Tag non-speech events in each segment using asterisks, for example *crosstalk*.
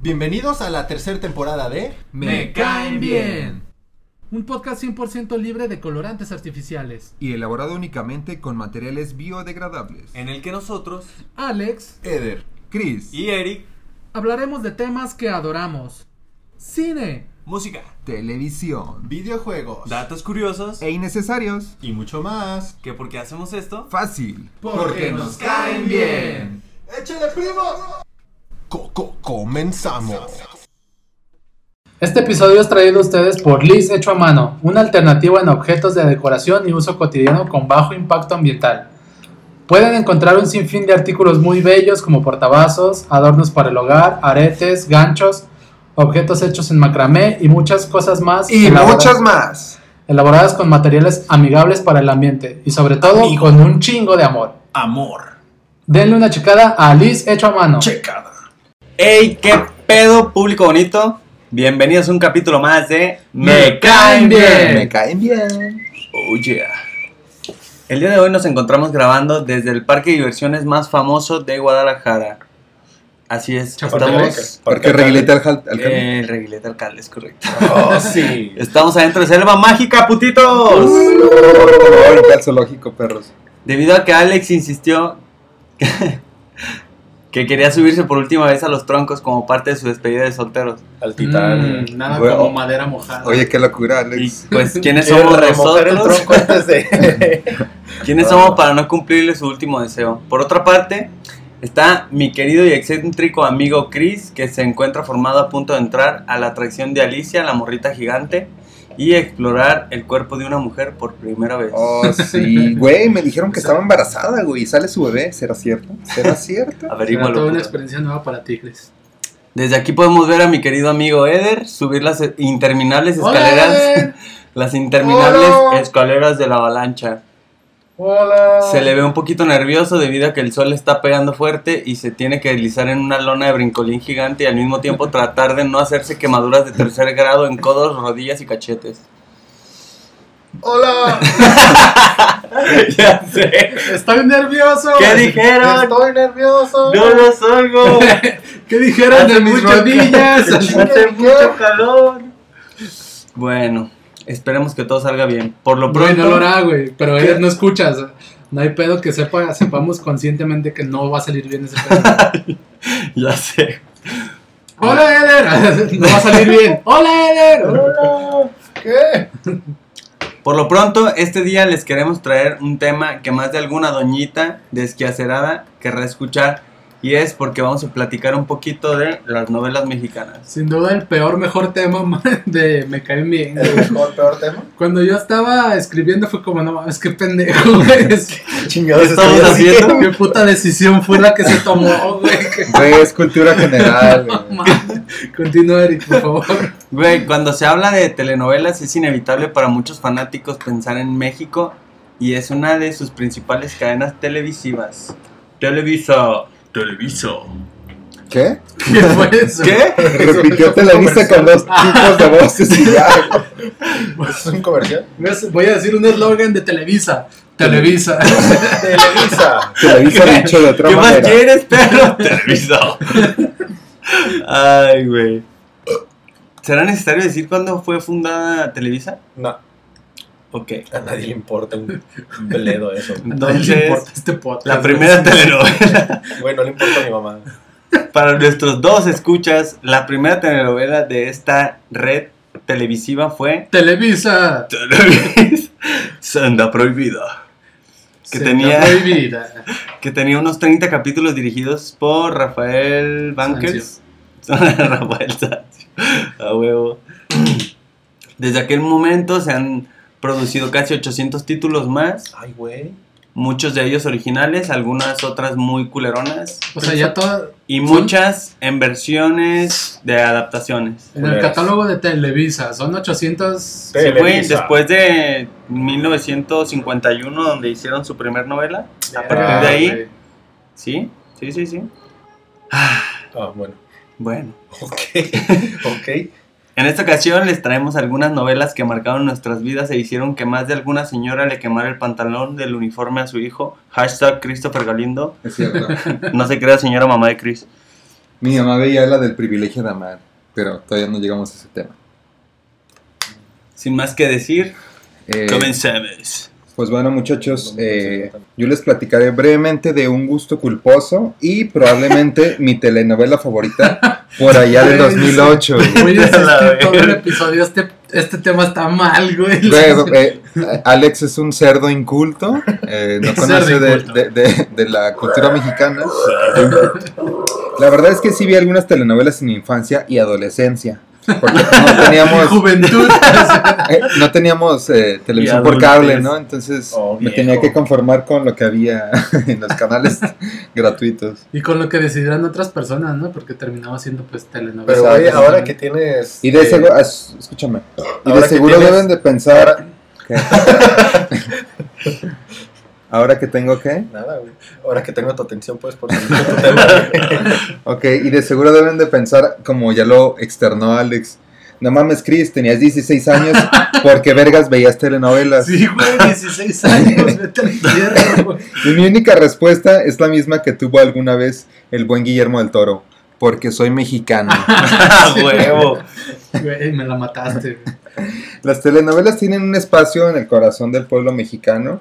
Bienvenidos a la tercera temporada de Me caen bien. Un podcast 100% libre de colorantes artificiales. y elaborado únicamente con materiales biodegradables. en el que nosotros Alex, Eder. Chris, y Eric, hablaremos de temas que adoramos. Cine, música, televisión Videojuegos. datos curiosos e innecesarios. Y mucho más. que por qué hacemos esto. Fácil. Porque nos caen bien. ¡Échale, primo! comenzamos. Este episodio es traído a ustedes por Liz Hecho a Mano, una alternativa en objetos de decoración y uso cotidiano con bajo impacto ambiental. Pueden encontrar un sinfín de artículos muy bellos como portavasos, adornos para el hogar, aretes, ganchos, objetos hechos en macramé y muchas cosas más elabora- más. elaboradas con materiales amigables para el ambiente y sobre todo con un chingo de amor. Amor. Denle una checada a Liz Hecho a Mano. ¡Ey, qué pedo, público bonito! Bienvenidos a un capítulo más de Me caen bien. caen bien. Oh yeah. El día de hoy nos encontramos grabando desde el parque de diversiones más famoso de Guadalajara. Así es, estamos Porque regleta al, jal- al camino. Eh, el reguilete alcalde, es correcto. Oh, sí. *laughs* Estamos adentro de Selva Mágica, putitos. Ahorita al zoológico, perros. Debido a que Alex insistió *laughs* que quería subirse por última vez a los troncos como parte de su despedida de solteros. Al titán. Mm, nada Bueno. oh, como madera mojada. Oye, qué locura, Y Alex. *laughs* pues, ¿quiénes Quiero somos remojar el nosotros? tronco antes de. *laughs* ¿Quiénes somos para no cumplirle su último deseo? Por otra parte, está mi querido y excéntrico amigo Chris, que se encuentra formado a punto de entrar a la atracción de Alicia, la morrita gigante, y explorar el cuerpo de una mujer por primera vez. Oh, sí. Güey, me dijeron que estaba embarazada, güey. Y sale su bebé. ¿Será cierto? ¿Será cierto? Será Averígualo. toda una puto. experiencia nueva para ti, Chris. Desde aquí podemos ver a mi querido amigo Eder subir las eh, interminables escaleras, las interminables Hola. escaleras de la avalancha. Hola. Se le ve un poquito nervioso debido a que el sol está pegando fuerte y se tiene que deslizar en una lona de brincolín gigante y al mismo *laughs* tiempo tratar de no hacerse quemaduras de tercer grado en codos, rodillas y *laughs* cachetes. *laughs* ¡Hola! ya sé. Estoy nervioso. ¿Qué dijeron? ¡Estoy nervioso! No los *laughs* oigo. ¿Qué dijeron Hace de mis mucho rodillas? *laughs* Hace mucho calor. Bueno, esperemos que todo salga bien. Por lo Bro, pronto. no lo hará, güey, pero él no escuchas. No hay pedo que sepa, sepamos conscientemente que no va a salir bien ese pedo. *laughs* Ya sé. ¡Hola, Ah. Eder! *laughs* no va a salir bien. ¡Hola, Eder! ¡Hola! ¿Qué? Por lo pronto, este día les queremos traer un tema que más de alguna doñita desquiacerada querrá escuchar. Y es porque vamos a platicar un poquito de las novelas mexicanas. Sin duda el peor, mejor tema *laughs* ma- de Me caen bien. güey. ¿El mejor, peor tema? Cuando yo estaba escribiendo fue como, no mames, qué pendejo, güey. Es- Chingados, Estamos estoy así. haciendo- Qué puta decisión fue la que se tomó, güey. *laughs* Qué Güey, es cultura general, güey. mamada. Continúa, Eric, por favor. Mm. Güey, cuando se habla de telenovelas es inevitable para muchos fanáticos pensar en México y es una de sus principales cadenas televisivas. Televisa. Televisa. ¿Qué? ¿Qué fue eso? ¿Qué? *laughs* Repitió Televisa con dos tipos de voces y ya. güey. ¿Es un comercial? Voy a- Voy a decir un eslogan de Televisa. *laughs* Televisa. *laughs* Televisa. Televisa dicho de otra ¿Qué más manera. quieres, *laughs* perro? Televisado. *laughs* Ay, güey. ¿Será necesario decir cuándo fue fundada Televisa? No, Ok. a nadie le importa un bledo eso. Entonces, Entonces, importa este podcast. la primera telenovela. *laughs* Güey, no le importa a mi mamá. Para nuestros dos escuchas, la primera telenovela de esta red televisiva fue Televisa. Televisa *laughs* Senda Prohibida. Que Senda tenía- Prohibida. que tenía unos 30 capítulos dirigidos por Rafael Bankers. *laughs* Rafael Sanzio, a huevo. Desde aquel momento se han producido casi 800 títulos más, Ay, güey. muchos de ellos originales, algunas otras muy culeronas O sea, ya todo. y muchas en versiones de adaptaciones. En el Culeras. catálogo de Televisa son *laughs* 800. Sí, güey, Televisa. después de 1951 donde hicieron su primer novela, a partir de Ah, ahí, güey. sí, sí, sí, sí. Ah, bueno. Bueno, *laughs* Ok. Ok. En esta ocasión les traemos algunas novelas que marcaron nuestras vidas e hicieron que más de alguna señora le quemara el pantalón del uniforme a su hijo. Hashtag Christopher Galindo. Es cierto. No se crea señora mamá de Chris. Mi mamá veía la del privilegio de amar, pero todavía no llegamos a ese tema. Sin más que decir, Eh, comencemos. Pues bueno, muchachos, eh, yo les platicaré brevemente de un gusto culposo *laughs* y probablemente mi telenovela favorita por allá del 2008. güey. *laughs* Güey, es A la que todo el verga. episodio, este, este tema está mal, güey. *laughs* Luego, eh, Alex es un cerdo inculto, *laughs* eh, no Cerdo conoce de, inculto. de- de- de la *laughs* cultura mexicana. La verdad es que sí vi algunas telenovelas en mi infancia y adolescencia, porque *laughs* no teníamos, Juventud. *laughs* eh, no teníamos eh, televisión por adultez. cable, ¿no? Entonces Oh, me viejo. tenía que conformar con lo que había *laughs* en los *laughs* canales gratuitos. y con lo que decidieron otras personas, ¿no? Porque terminaba siendo, pues, Pero, telenovela. Exacto. güey, ahora que tienes. Y de eh, seguro, as- escúchame, y ahora de que seguro tienes- deben de pensar... ¿Qué? *laughs* Ahora que tengo que... Nada, güey. Ahora que tengo tu atención, puedes poner tu *laughs* tema. güey. Ok, y de seguro deben de pensar, como ya lo externó Alex, no mames, Chris, tenías 16 años, *laughs* porque vergas veías telenovelas? Sí, güey, 16 años, vete al infierno, güey. Y mi única respuesta es la misma que tuvo alguna vez el buen Guillermo del Toro, porque soy *laughs* mexicano. *laughs* ¡Ah, huevo! Güey, me la mataste. güey. Las telenovelas tienen un espacio en el corazón del pueblo mexicano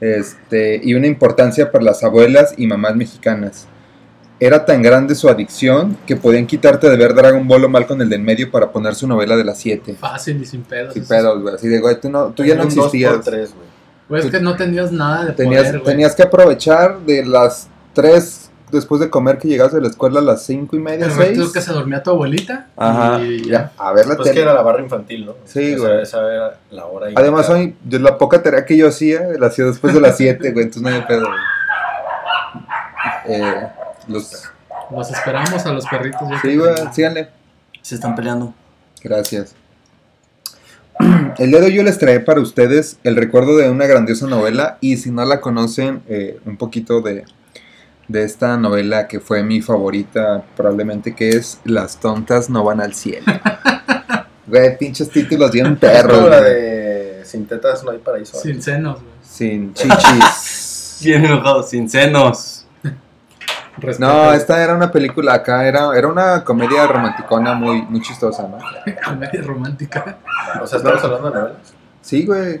este, y una importancia para las abuelas y mamás mexicanas. Era tan grande su adicción que podían quitarte de ver Dragon Ball o mal con el del medio para poner su novela de las 7. Fácil y sin pedos. Sin eso es- pedos, güey. Así de, güey, tú, no, tú ya no Un dos por existías. tres, güey. Güey, es que no tenías nada de Tenías, poder, güey. tenías que aprovechar de las 3 después de comer que llegabas de la escuela a las 5 y media, El resto es que 6. se dormía tu abuelita. Ajá. Y ya. Ya, a ver la Pues que tele. era la barra infantil, ¿no? Sí, O sea, güey. Esa era la hora. y- Además, hoy, de la poca tarea que yo hacía, la hacía después de las 7, güey. Entonces, no hay pedo, güey. Eh, los, Los esperamos a los perritos. ya sí, que- güey, síganle. Se están peleando. Gracias. *clears throat* El dedo yo les trae para ustedes el recuerdo de una grandiosa novela y si no la conocen, eh, un poquito de, de esta novela que fue mi favorita probablemente que es Las tontas no van al *laughs* cielo. Güey, pinches títulos bien Es como perros. la güey. de Sin tetas no hay paraíso. Sin senos, güey. Sin *laughs* chichis. Bien enojados, sin senos. Pues, Respeto. No, esta era una película acá, era, era una comedia romanticona muy, muy chistosa, ¿no? Comedia romántica. Ah, O sea, estamos hablando de novelas. Sí, güey.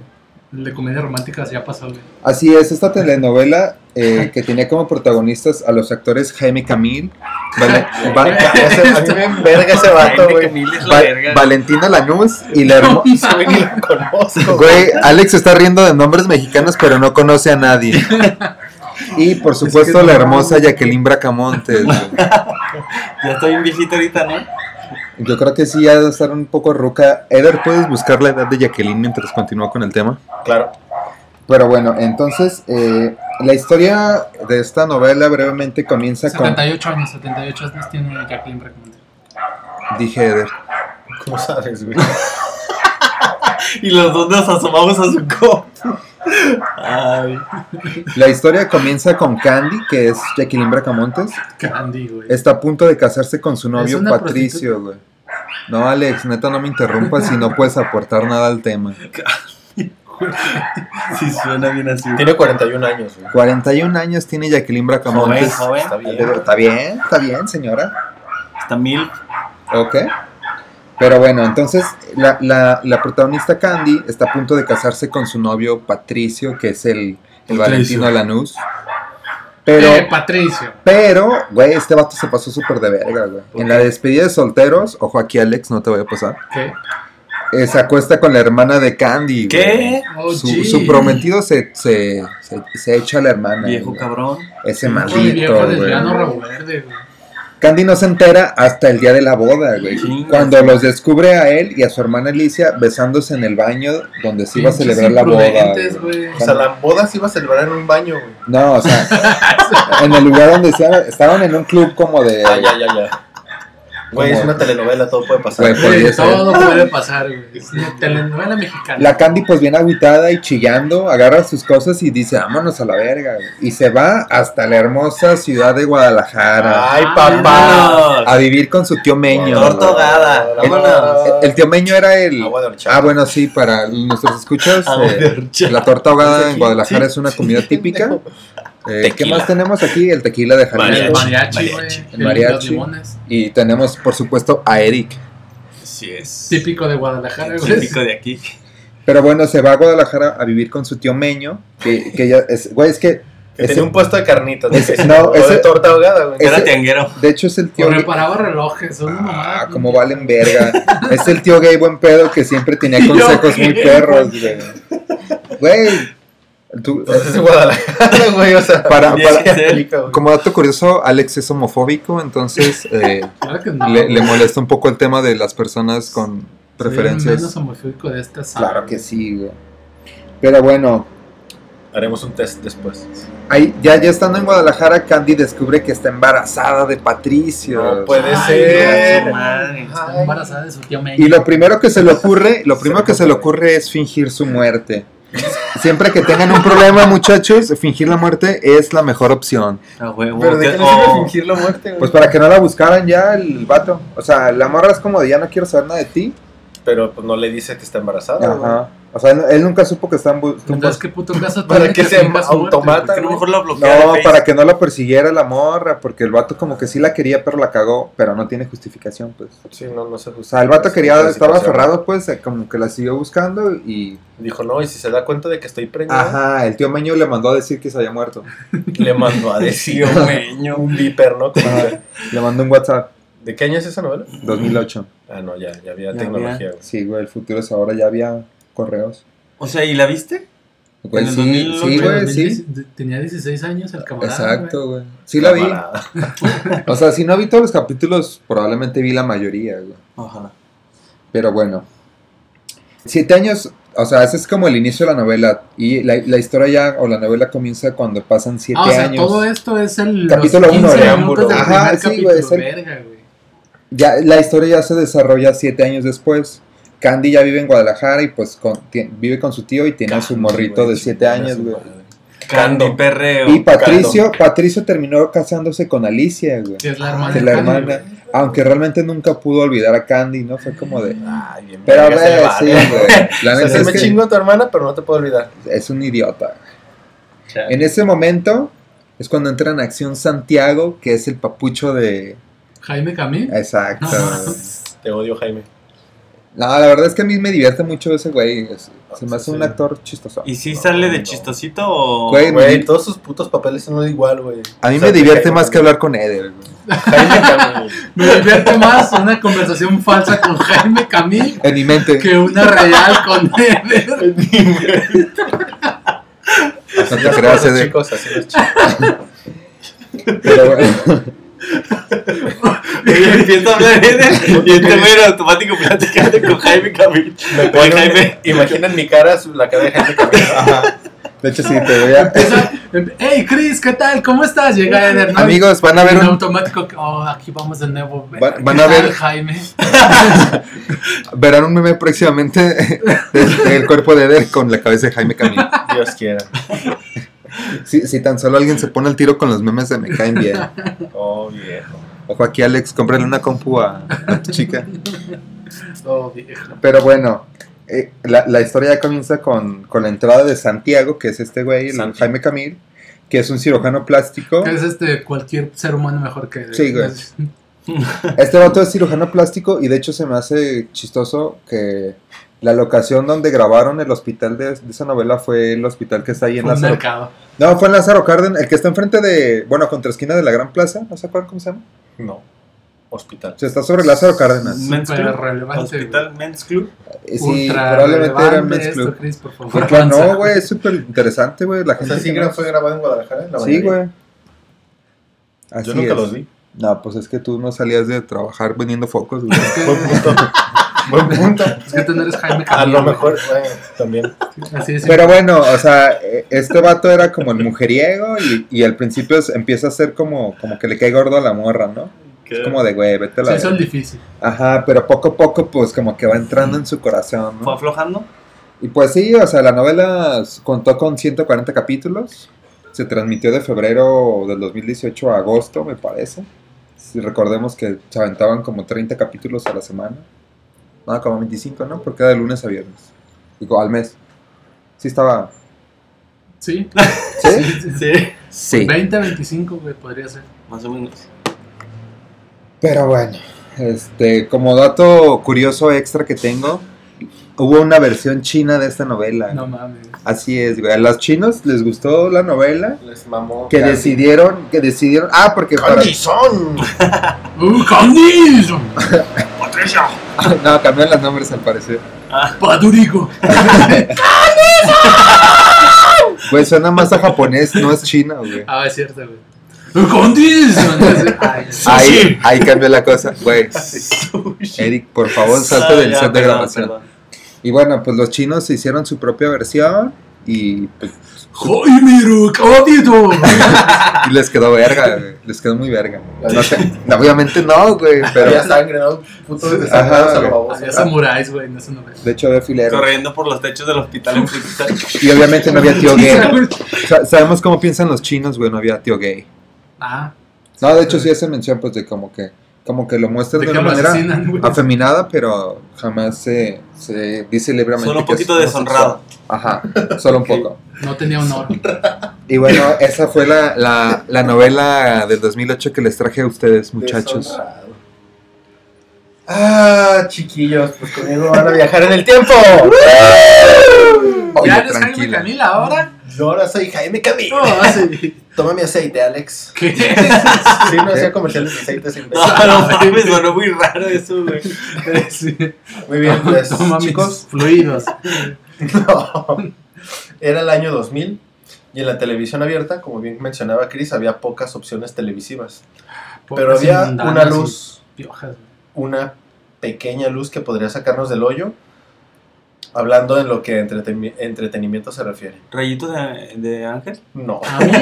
El de comedia romántica ya pasó, güey. Así es, esta telenovela eh, que tenía como protagonistas a los actores Jaime Camil, Vale- *laughs* Va- Ya sé, A mí me enverga ese vato, Jaime güey. Camil es la Va- verga. Valentina Lanús y la *laughs* hermo- Ese güey ni lo conozco, güey. Güey, Alex está riendo de nombres mexicanos, pero no conoce *laughs* a nadie. Y por supuesto no la mames. hermosa Jacqueline Bracamontes. güey. Ya estoy bien viejito ahorita, ¿no? Yo creo que sí, ya debe estar un poco ruca. Eder, ¿puedes buscar la edad de Jacqueline mientras continúa con el tema? Claro. Pero bueno, entonces eh, la historia de esta novela brevemente comienza con... 78 años, 78 años tiene Jacqueline Bracamonte. Dije Eder. ¿Cómo sabes, güey? Y los dos nos asomamos a su copa. Ay. La historia comienza con Candy, que es Jacqueline Bracamontes. Candy, güey. Está a punto de casarse con su novio una Patricio, güey. No, Alex, neta, no me interrumpas si no puedes aportar nada al tema. Sí, suena bien así. Tiene 41 años, güey. 41 años tiene Jacqueline Joven, Bracamontes. joven. Está bien. Está bien, está bien, señora. Está mil. Ok. Pero bueno, entonces la, la- la protagonista Candy está a punto de casarse con su novio Patricio, que es el, el Valentino Lanús. Pero. Eh, Patricio. Pero, güey, este vato se pasó súper de verga, güey. En la despedida de solteros, ojo aquí, Alex, no te voy a pasar. ¿Qué? eh, se acuesta con la hermana de Candy, güey. ¿Qué? Oh, Su, gee. su prometido se, se, se, se echa a la hermana. Viejo güey. cabrón. Ese Oye, viejo maldito, güey. lesbiano, rabo verde, güey. Candy no se entera hasta el día de la boda, güey. Chingas. Cuando los descubre a él y a su hermana Alicia besándose en el baño donde se iba a Pinches celebrar la boda. imprudentes, güey. güey. O sea, la boda se iba a celebrar en un baño, güey. No, o sea, en el lugar donde se- estaban en un club como de Ah, ya, ya, ya. Güey, es Como- una telenovela, todo puede pasar. Güey, podría ser. todo puede pasar, güey. Es una telenovela mexicana. La Candy, pues bien aguitada y chillando, agarra sus cosas y dice, vámonos a la verga. güey. Y se va hasta la hermosa ciudad de Guadalajara Ay, papá. a vivir con su tío Meño. Tortogada. El, Vámonos. el- el tío Meño era el... Agua de horchata. Ah, bueno, sí, para nuestros escuchas, Agua eh, de horchata. *laughs* la torta ahogada en Sí, Guadalajara sí, es una comida sí, típica. *laughs* pendejo. Eh, ¿Qué Tequila. más tenemos aquí? El tequila de El Jalisco. mariachi, güey. Mariachi. El El mariachi. Los limones. Y tenemos, por supuesto, a Eric. Así es. Típico de Guadalajara, güey. pues. Típico de aquí. Pero bueno, se va a Guadalajara a vivir con su tío Meño, que, que ya es... Güey, es que... Que ese- tenía un puesto de carnitas. güey. Ese- *laughs* no, O ese- de torta ahogada, güey. ese- Era tianguero. de hecho es el tío... O reparaba relojes, son una Ah, mamada. como valen verga. Es el tío gay buen pedo que siempre *laughs* tenía consejos muy gay, perros, güey. Güey. tú- eh, Entonces, Pues Guadalajara, güey, o sea. *laughs* Para- tenía para- que aplica, güey. como dato curioso, Alex es homofóbico, entonces eh, Claro que no. le, le molesta un poco el tema de las personas con Soy el menos preferencias. homofóbico de esta sala. Claro que sí, güey. Pero bueno, Haremos un test después. ahí, ya, ya estando en Guadalajara, Candy descubre que está embarazada de Patricio. No pues, puede Ay, ser. no, su madre. Está embarazada de su tío Meño. Y lo primero que se le ocurre, lo primero que se le ocurre es fingir su muerte. Siempre que tengan un problema, muchachos, fingir la muerte es la mejor opción. A huevo. Oh. Pero de que- qué le sirve o- fingir la muerte, güey. Pues para que no la buscaran ya el vato. O sea, la morra es como de ya no quiero saber nada de ti. Pero pues no le dice que está embarazada, güey. Ajá. O sea, él- él nunca supo que están bu- Entonces, ¿qué puto *laughs* caso Para tiene que se tenga su muerte, automata, que a lo mejor la bloquea. No, de para Facebook. que no la persiguiera la morra, porque el vato como que sí la quería, pero la cagó, pero no tiene justificación, pues. Sí, no, no se O justifica. sea, el vato Pues, Sí, quería, la estaba situación. aferrado, pues, eh, como que la siguió buscando y... Dijo, no, y si se da cuenta de que estoy preñada, Ajá, el tío Meño le mandó a decir que se había muerto. le mandó a decir Tío meño. un viper, ¿no? Como Ajá. que, Le mandó un WhatsApp, ¿De qué año es esa novela? 2008. Ah, no, ya, ya había Ya tecnología, güey. Sí, güey, el futuro es ahora, ya había correos. O sea, ¿y la viste? Güey, ¿En el sí, 2008? sí, güey? güey, sí. 2010 Tenía 16 años el camarada. Exacto, güey. Sí la vi. Camarada. O sea, si no vi todos los capítulos, probablemente vi la mayoría, güey. Ajá. Pero bueno. Siete años, o sea, ese es como el inicio de la novela. Y la, la historia ya, o la novela comienza cuando pasan güey. siete Ah, o sea, años. todo esto es el. Capítulo los uno, 15 preámbulo. minutos del Ajá, primer sí, güey, capítulo, es el- verga, güey. Ya, la historia ya se desarrolla siete años después. Candy ya vive en Guadalajara y pues con- ti- vive con su tío y tiene a su morrito de siete años, güey. Candy Candy. Perreo. Y Patricio, Patricio terminó casándose con Alicia, güey. Que es la Ah, Que hermana. la de Candy, hermana. güey. Aunque realmente nunca pudo olvidar a Candy, ¿no? Fue como de... Ah. Ay, bien. Pero, verga, güey, se va, sí, ¿no? güey. *laughs* La O sea, neta sí es me que chingo a tu hermana, pero no te puedo olvidar. es un idiota. Chale. En ese momento es cuando entra en acción Santiago, que es el papucho de... Jaime Camil. Exacto. Te odio, Jaime. No, la verdad es que a mí me divierte mucho ese güey. es- Se me hace un Sí. actor chistoso. ¿Y si No, sale de no. chistosito o.? Güey, Güey, todos sus putos papeles son igual, güey. A mí O sea, me divierte Jaime más que Camil. hablar con Eder. güey. Jaime Camil. Me divierte más una conversación falsa con Jaime Camil En *laughs* mi mente. que una real con *laughs* él. *laughs* No te Las creas, cosas, Eder. chicos, así los chicos. Pero bueno, Y empieza a *laughs* hablar él y este güey era automático platicando con Jaime Camil. Me Güey, *laughs* ponen- Jaime. Imaginan mi cara, su- la cara de Jaime Camil. de hecho sí, te *laughs* voy a... em, Hey, Chris, ¿qué tal? ¿Cómo estás? Llega Eder. ¿no? Amigos, van a Y ver en un automático. que, Oh, aquí vamos de nuevo. Va- van ¿Qué a tal, ver- Jaime. *laughs* Verán un meme próximamente del del cuerpo de Eder con la cabeza de Jaime Camil. Dios quiera. Si, si tan solo alguien se pone el tiro con los memes de me caen bien. Oh, viejo. Ojo aquí, Alex, cómprale una compu a, a tu chica. Oh, viejo. Pero bueno, eh, la, la historia ya comienza con, con la entrada de Santiago, que es este güey, el Santi. Jaime Camil, que es un cirujano plástico. Que es este cualquier ser humano mejor que Eder. Sí, güey. Este vato es cirujano plástico y de hecho se me hace chistoso que la locación donde grabaron el hospital de, de esa novela fue el hospital que está ahí en Un Lázaro. mercado. No, fue en Lázaro Cárdenas, el que está enfrente de, bueno, contra esquina de la Gran Plaza, ¿no se acuerdan cómo se llama? No. Hospital. O sea, está sobre Lázaro Mm, Cárdenas. Men's Súper Club. relevante. Hospital Men's Club. Eh, Sí, Ultra probablemente era relevante Men's esto, Club. Chris, por favor. Y claro, avanza. no, güey, es súper interesante, güey, la O gente sea, sí que gra- no- fue grabado en Guadalajara. La Sí, mayoría. güey. Así Yo nunca es. los vi. No, pues es que tú no salías de trabajar vendiendo focos, *laughs* güey. Buen punto. Buen punto. Es que tú no eres *laughs* Jaime A Camil. lo güey. mejor, güey, también. Así es. Pero bueno, o sea, eh, este vato era como el mujeriego y, y al principio es- empieza a ser como, como que le cae gordo a la morra, ¿no? Es como de, güey, vete a la. Se hizo el verga". difícil. Ajá, pero poco a poco, pues como que va entrando en su corazón, ¿Fue ¿no? aflojando? Y pues sí, o sea, la novela s- contó con 140 capítulos. Se transmitió de febrero del 2018 a agosto, me parece. Si recordemos que se aventaban como 30 capítulos a la semana. No, como 25, ¿no? Porque era de lunes a viernes. Digo, al mes. Sí estaba... Sí. ¿Sí? *laughs* Sí. Sí. 20, 25, güey, podría ser. Más o menos. Pero bueno, este, como dato curioso extra que tengo, hubo una versión china de esta novela. No mames. Así es, güey. A los chinos les gustó la novela. Les mamó. Que Candy. decidieron, que decidieron. Ah, porque para. ¡Condizón! ¡Uh, Candiz! ¡Patricia! *laughs* no, cambiaron los nombres al parecer. Ah. *laughs* ¡Padurico! Güey, suena más a japonés, no es chino, güey. Ah, es cierto, güey. ¡Uh, *laughs* ¡Candiz! Ay, Ahí, ahí cambió la cosa, güey. Sushi. Eric, por favor, salte Ah, del ya, set de perdón, grabación. perdón. Y bueno, pues los chinos hicieron su propia versión y, pues, ¡Joy, miro! ¡Cabotito! *laughs* y les quedó verga, güey. Les quedó muy verga. No sé, no, obviamente no, güey, Pero pero. ya sangre, ¿no? Puto Sí, desangrados ajá, a lo baboso. Había samuráis, güey, no se no ah, De hecho, había fileros. Corriendo por los techos del hospital en putita. Y obviamente no había tío gay. Sa- sabemos cómo piensan los chinos, güey, no había tío gay. *laughs* Ah, No, de hecho sí hace mención pues de como que como que lo muestran ¿de de, qué una lo manera asesinan, güey? afeminada, pero jamás se, se dice libremente. Solo un que es poquito deshonrado. homosexual. Ajá, solo un poco. No tenía honor. Y bueno, esa fue la, la, la novela del 2008 que les traje a ustedes, muchachos. Deshonrado. Ah, chiquillos, pues conmigo van a viajar en el tiempo. Oye, ¿Ya eres Jaime tranquila. Camila ahora? Yo ahora soy Jaime Camilo. No, así. Toma mi aceite, *laughs* Alex. *laughs* ¿Qué? Sí, no hacía comerciales de aceites sin *laughs* No, no mames, sonó muy raro eso, güey. Sí. Muy bien, pues, Toma mis chicos. fluidos. No. Era el año 2000 y en la televisión abierta, como bien mencionaba Chris, había pocas opciones televisivas. Pero Pocas había inundadas una y luz, Piojas, güey. una pequeña luz que podría sacarnos del hoyo, hablando en lo que entreteni- entretenimiento se refiere. ¿Rayitos de, de ángel? No. A mí,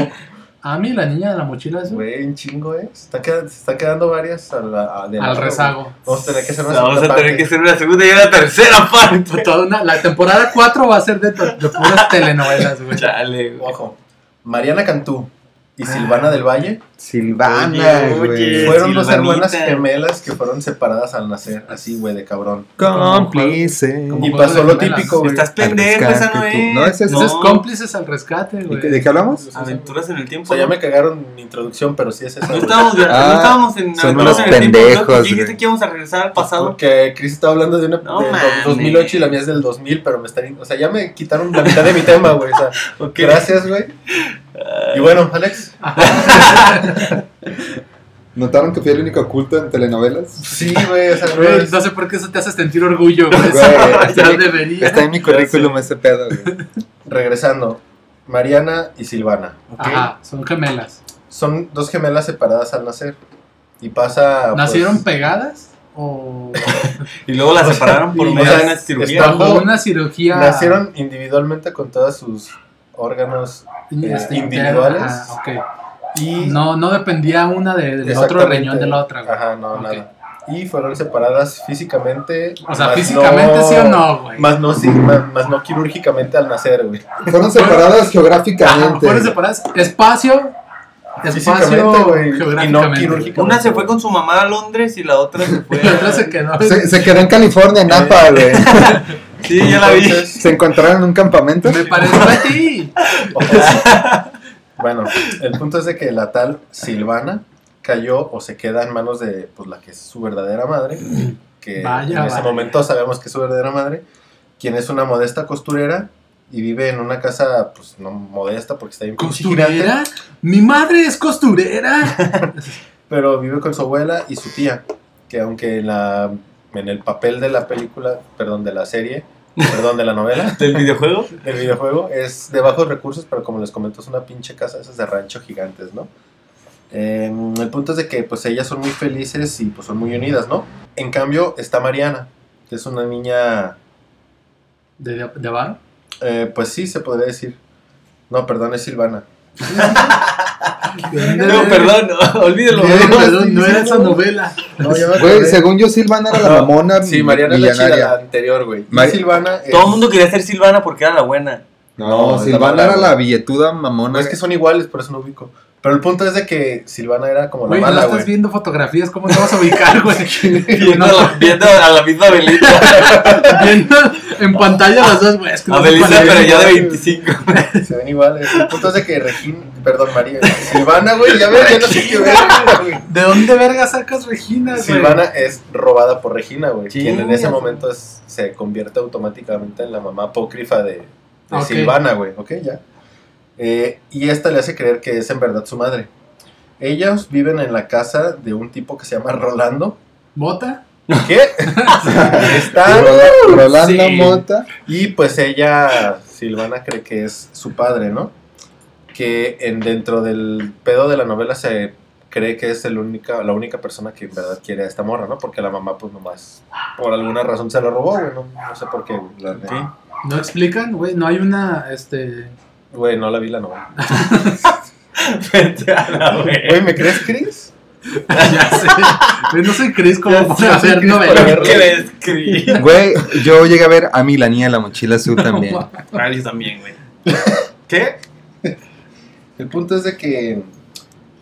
a mí la niña de la mochila es *laughs* Güey, un chingo, ¿eh? Se están queda- se están quedando varias a la- a- de al lado, rezago. güey. Vamos a tener que hacer una Vamos segunda a tener parte. que hacer una segunda y una tercera parte. Toda una- la temporada 4 va a ser de, to- de puras telenovelas, güey. Chale, güey. Ojo. Mariana Cantú Ah. y Silvana del Valle Silvana, Oye, güey. oye. Fue Fueron dos Silvanita. hermanas gemelas que fueron separadas al nacer, así, güey, de cabrón. cómplice. Como Y juego pasó de lo gemelas. típico, güey. Estás pendejo, Al esa no rescate, es. tú. No, ese es- Eso es cómplices al rescate, ¿Y güey. qué- ¿De qué hablamos? Aventuras en el tiempo. O sea, ya ¿no? me cagaron mi introducción, pero sí es esa. No güey. estábamos, ya- Ah, no estábamos en son Aventuras unos en el tiempo, pendejos, ¿no? Dijiste güey. que íbamos a regresar al pasado. Porque Chris estaba hablando de una No del mames. 2008 y la mía es del 2000, pero me están. O sea, ya me quitaron la mitad de mi tema, güey. O sea, Ok. gracias, güey. Y bueno, Alex. ¿Notaron que fui el único culto en telenovelas? Sí, güey, o sea, pues, no Güey, es- no sé por qué eso te hace sentir orgullo, güey. *laughs* Güey, O sea, está- debería. Está en mi currículum ese pedo, güey. Regresando, Mariana y Silvana. ¿ok? Ajá, son gemelas. Son dos gemelas separadas al nacer. Y pasa. ¿Nacieron pues, pegadas? ¿O Y luego la separaron por o medio sea, de una es- cirugía. está- bajo una cirugía? Nacieron individualmente con todos sus órganos este, individuales. interna? Ah, ok. y No, no dependía una de- del otro Exactamente. riñón de la otra, güey. Ajá, no, Ok. nada. Y fueron separadas físicamente. O sea, más físicamente no- sí o no, güey. Más no, sí, más, más no quirúrgicamente al nacer, güey. Fueron separadas Ah, geográficamente. Fueron separadas. Espacio. Físicamente, Espacio güey, y no geográficamente. quirúrgico. Una se fue con su mamá a Londres y la otra se fue. *laughs* Y la otra se quedó. Se, se quedó en California, en Napa, güey. Sí, ya la vi. Entonces, Se encontraron en un campamento. Me pareció a ti. o *laughs* sea, bueno, el punto es de que la tal Silvana cayó o se queda en manos de pues, la que es su verdadera madre, que Vaya, en ese vaya. momento sabemos que es su verdadera madre, quien es una modesta costurera y vive en una casa, pues no modesta porque está bien pinche gigante. ¿Costurera? Mi madre es costurera. pero vive con su abuela y su tía, que aunque en, la, en el papel de la película, perdón, de la serie, perdón, de la *laughs* novela, ¿Del videojuego? del videojuego, es de bajos recursos, pero como les comento, es una pinche casa de esas de rancho gigantes, ¿no? Eh, el punto es de que pues ellas son muy felices y pues son muy unidas, ¿no? En cambio está Mariana, que es una niña, ¿De, de, de abajo? eh, pues sí, se podría decir. No, perdón, es Silvana. No, perdón, no, *laughs* olvídelo. No, perdón, no era esa novela. No, ya me Güey, acordé. según yo, Silvana era la No. mamona Sí, Mariana es la chida, la anterior, güey. Y Mari- Silvana es... Todo el mundo quería ser Silvana porque era la buena. No, No, es la Silvana mala, era la güey. billetuda mamona. No, es que son iguales, por eso no ubico. Pero el punto es de que Silvana era como la Güey, no mala, estás güey. viendo fotografías, ¿cómo te vas a ubicar, *laughs* güey? Viendo, *laughs* a la- viendo a la misma Belita. Viendo en pantalla las dos, güey. Es que A no sé Belita, cuál es. pero ya de *laughs* 25. *laughs* Se ven iguales. El punto es de que Regín, perdón, María. Silvana, güey, ya ves, ya no sé qué ver, güey. ¿De dónde verga sacas Regina, güey? Silvana es robada por Regina, güey. Sí. quien en ese momento es- se convierte automáticamente en la mamá apócrifa de, de Ok. Silvana, güey. Ok, ya. Eh, y esta le hace creer que es en verdad su madre. Ellos viven en la casa de un tipo que se llama Rolando. ¿Bota? *laughs* ¿Qué? *laughs* Están Rola- Rolando Sí. Mota. Y pues ella, Silvana, cree que es su padre, ¿no? Que en, dentro del pedo de la novela se cree que es el única, la única persona que en verdad quiere a esta morra, ¿no? Porque la mamá, pues nomás, por alguna razón se lo robó, güey, no, no sé por qué. güey, la neta. ¿No explican, güey? No hay una, este... *laughs* Güey, no la vi la novela. Vete a la Güey, ¿me crees, Chris? Ya sé. Güey, no soy Chris como Ya sé, para ver para novelas. ver- ¿Qué le escribí? Güey, yo llegué a ver a Milanía la mochila azul también. Ah, yo también, güey. ¿Qué? El punto es de que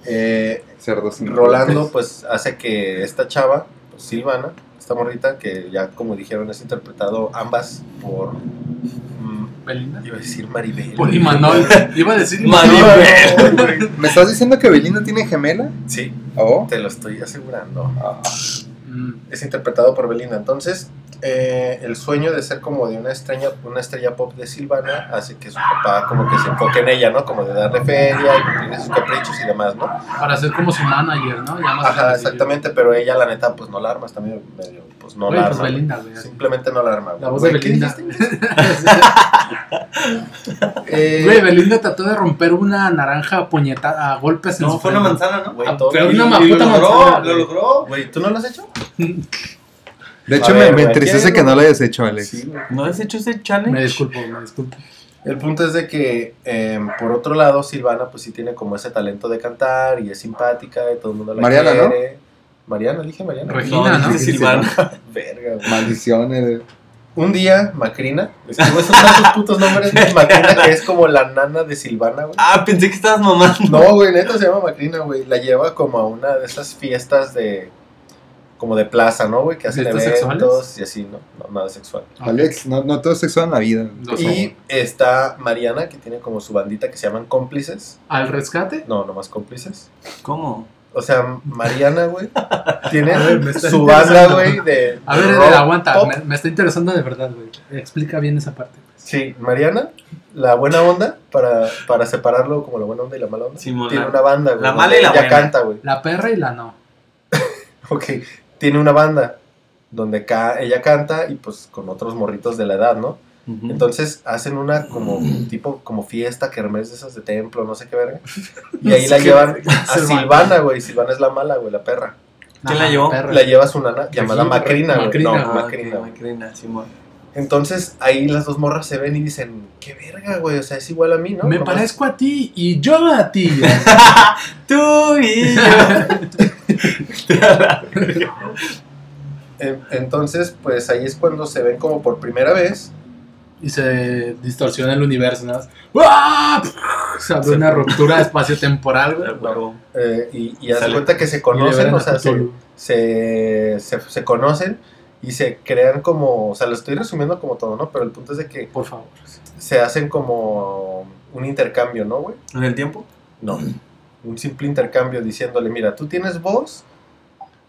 eh, Cerdo sin Rolando, pues hace que esta chava, pues, Silvana, esta morrita, que ya como dijeron es interpretado ambas por. mm, Belinda. iba a decir Maribel. Por Imanol. Iba a decir Mari- Imanol. Maribel, güey. ¿Me estás diciendo que Belinda tiene gemela? Sí, Oh. te lo estoy asegurando. Ah. Mm. Es interpretado por Belinda. Entonces, eh, el sueño de ser como de una estrella, una estrella pop de Silvana hace que su papá como que se enfoque en ella, ¿no? Como de darle feria y cumplir sus caprichos y demás, ¿no? Para ser como su manager, ¿no? Ya más Ajá, grandecillo. exactamente, pero ella la neta pues no la arma, está medio, medio pues no Güey, la pues arma. Belinda, güey. así. Simplemente no la arma. güey. La voz de Güey, ¿qué Belinda. dijiste? Eh, *laughs* Güey, Belinda trató de romper una naranja a puñeta a golpes en No, su fue una frente. manzana, ¿no? güey, todo- Pero una ma- Y lo puta logró, manzana, lo güey. logró. Güey, ¿tú no lo has hecho? De A hecho, ver, me, me güey, entristece ¿quién? que no lo hayas hecho, Alex. Sí, güey. ¿No has hecho ese challenge? Me disculpo, me disculpo. El punto es de que, eh, por otro lado, Silvana pues sí tiene como ese talento de cantar y es simpática, y todo el mundo la Mariana, ¿no? quiere. Mariana, dije Mariana. Regina. No, Imagina, ¿no? dijiste Silvana. *laughs* Verga, güey. Maldiciones. Un día, Macrina, es que güey, esos son sus putos nombres, güey. Macrina que es como la nana de Silvana, güey. Ah, pensé que estabas mamando. No, güey, neta se llama Macrina, güey. La lleva como a una de esas fiestas de. como de plaza, ¿no, güey? Que hacen eventos ¿Fiestas y así, ¿no? No, nada sexual. Alex, no, no todo es sexual en la vida. Los- Y está Mariana, que tiene como su bandita que se llaman cómplices. ¿Al rescate? No, nomás cómplices. ¿Cómo? O sea, *laughs* Mariana, güey, tiene A ver, me está su banda, interesando. güey, de. A ver, rock, Eder, aguanta. pop. Me, me está interesando de verdad, güey. Explica bien esa parte. Sí, Mariana, la buena onda, para, para separarlo como la buena onda y la mala onda. Simón, tiene la- una banda, güey. la donde mala y la ella buena. canta, güey. La perra y la no. Ok, tiene una banda donde ca- ella canta y pues con otros morritos de la edad, ¿no? Entonces hacen una como Mm. tipo como fiesta que de esas de templo, no sé *laughs* qué verga. Y ahí la llevan a Silvana, güey. Silvana es la mala, güey, la perra. ¿Quién Ajá, la llevó? perra. La lleva su nana llamada Regina, Macrina, güey. Macrina, No, ah, Macrina, güey. Macrina, Simón. Entonces ahí las dos morras se ven y dicen, qué verga, güey, o sea, es igual a mí, ¿no? Me Nomás- parezco a ti y yo a *laughs* ti. Tú y yo. En- Entonces, pues ahí es cuando se ven como por primera vez. y se distorsiona el universo, ¿no? ¡Ah! Se abre una ruptura espacio-temporal, güey. eh, y, y hace Sale. cuenta que se Y liberan conocen, o a sea, se, Cthulhu. se, se, se conocen y se crean como, o sea, lo estoy resumiendo como todo, ¿no? Pero el punto es de que Por favor. se hacen como un intercambio, ¿no, güey? ¿En el tiempo? No, un simple intercambio diciéndole, mira, tú tienes voz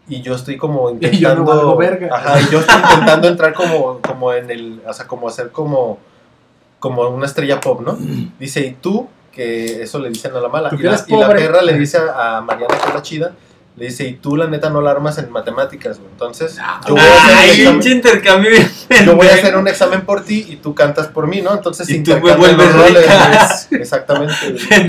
y yo *laughs* estoy como yo no intentando... valgo verga. Ajá, y yo estoy intentando entrar como, como en el, o sea, como hacer como, como una estrella pop, ¿no? Dice, y tú, que eso le dicen a la mala. Tú Y que la, eres y la pobre. perra le dice a, a Mariana, que es la chida, le dice, y tú la neta no la armas en matemáticas, güey. Entonces, yo voy, a hacer Ah, Ay, un pinche examen, intercambio. yo voy a hacer un examen por ti y tú cantas por mí, ¿no? Entonces, Y se tú me intercambian vuelves los roles, rica. güey. Exactamente. güey.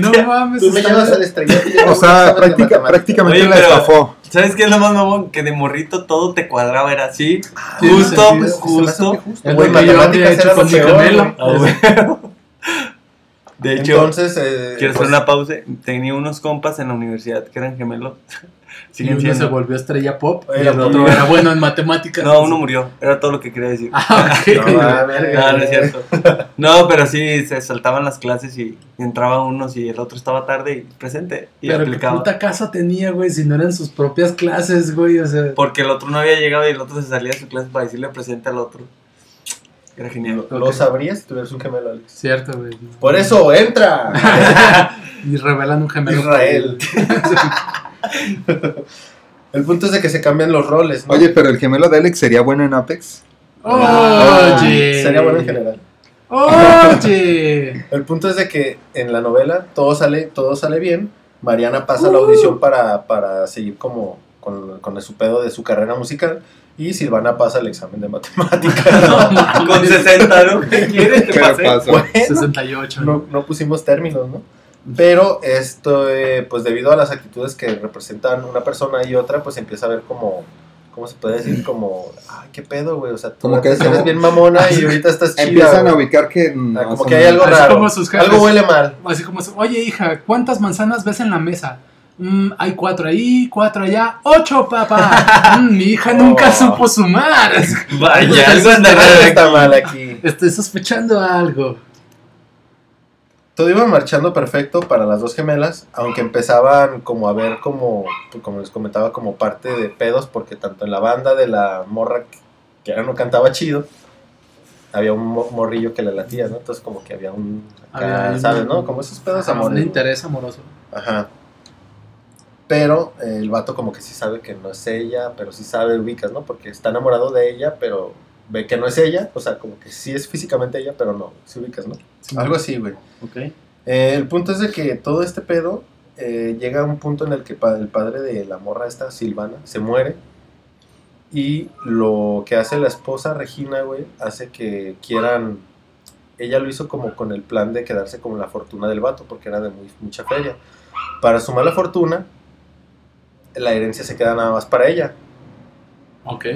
*laughs* No mames, Tú me está- llevas al estrellato. y yo *laughs* O voy a sea, hacer práctica- matemáticas. prácticamente Oye, la pero- estafó. ¿Sabes qué es lo más mamón? Que de morrito todo te cuadraba, era así. Ah, tiene Justo, sentido, pues, Se me hace muy justo. justo. Es Güey, lo que yo había matemáticas hecho era lo con mi peor, canelo. güey. Ah, güey. *laughs* De hecho, Entonces, eh, quiero hacer pues, una pausa. Tenía unos compas en la universidad que eran gemelos. *laughs* Y Siguen uno se siendo. volvió estrella pop y Era el otro pop. era bueno en matemáticas. No, uno murió. Era todo lo que quería decir. Ah, ok. no, a ver, No, no es eh, *laughs* cierto. No, pero sí, se saltaban las clases y, y entraba uno y el otro estaba tarde y presente y Pero qué aplicaba. puta casa tenía, güey, si no eran sus propias clases, güey, o sea. Porque el otro no había llegado y el otro se salía de su clase para decirle presente al otro. Era genial. Lo, lo sabrías si tuvieras un gemelo, Alex. Cierto, güey. Por eso, entra. Y revelan un gemelo. Israel. *laughs* El punto es de que se cambian los roles, ¿no? Oye, pero el gemelo de Alex sería bueno en Apex. ¡Oh, Ah, Ah, Oye. Sería bueno en general. ¡Oh, *laughs* Oye. El punto es de que en la novela todo sale, todo sale bien. Mariana pasa la audición para, para seguir como con, con su pedo de su carrera musical. Y Silvana pasa el examen de matemáticas. *laughs* No, *laughs* con 60, ¿no? ¿Qué quieres? Te ¿Qué pasé. pasó? Bueno, 68. no, no pusimos términos, ¿no? Pero esto, eh, pues debido a las actitudes que representan una persona y otra, pues empieza a ver como, ¿cómo se puede decir? Como, ay, qué pedo, güey. O sea, tú Como que antes es como- eres bien mamona *laughs* y ahorita estás chida. Empiezan a güey. ubicar que. Ah, no como son- que hay algo Así raro. como sus jefes. algo huele *laughs* mal. Así como, oye hija, ¿cuántas manzanas ves en la mesa? "Mm, hay cuatro ahí, cuatro allá, ocho papá. "Mm, mi hija nunca Oh. supo sumar. Vaya, algo anda Algo raro. está mal aquí. Estoy sospechando algo. Todo iba marchando perfecto para las dos gemelas, aunque empezaban como a ver como, como les comentaba, como parte de pedos, porque tanto en la banda de la morra que- que ahora no cantaba chido, había un mo- morrillo que le latía, ¿no? Entonces como que había un... acá, Había ahí ¿Sabes, un- no? Como esos pedos Un amores. interés amoroso. Ajá. Pero eh, el vato como que sí sabe que no es ella, pero sí sabe, ubicas, ¿no? Porque está enamorado de ella, pero ve que no es ella, o sea, como que sí es físicamente ella, pero no, sí ubicas, ¿no? Algo así, güey. Ok. Eh, el punto es de que todo este pedo eh, llega a un punto en el que pa- el padre de la morra esta, Silvana, se muere. Y lo que hace la esposa Regina, güey, hace que quieran... Ella lo hizo como con el plan de quedarse con la fortuna del vato, porque era de muy, mucha feria. Para su mala fortuna, la herencia se queda nada más para ella. Ok.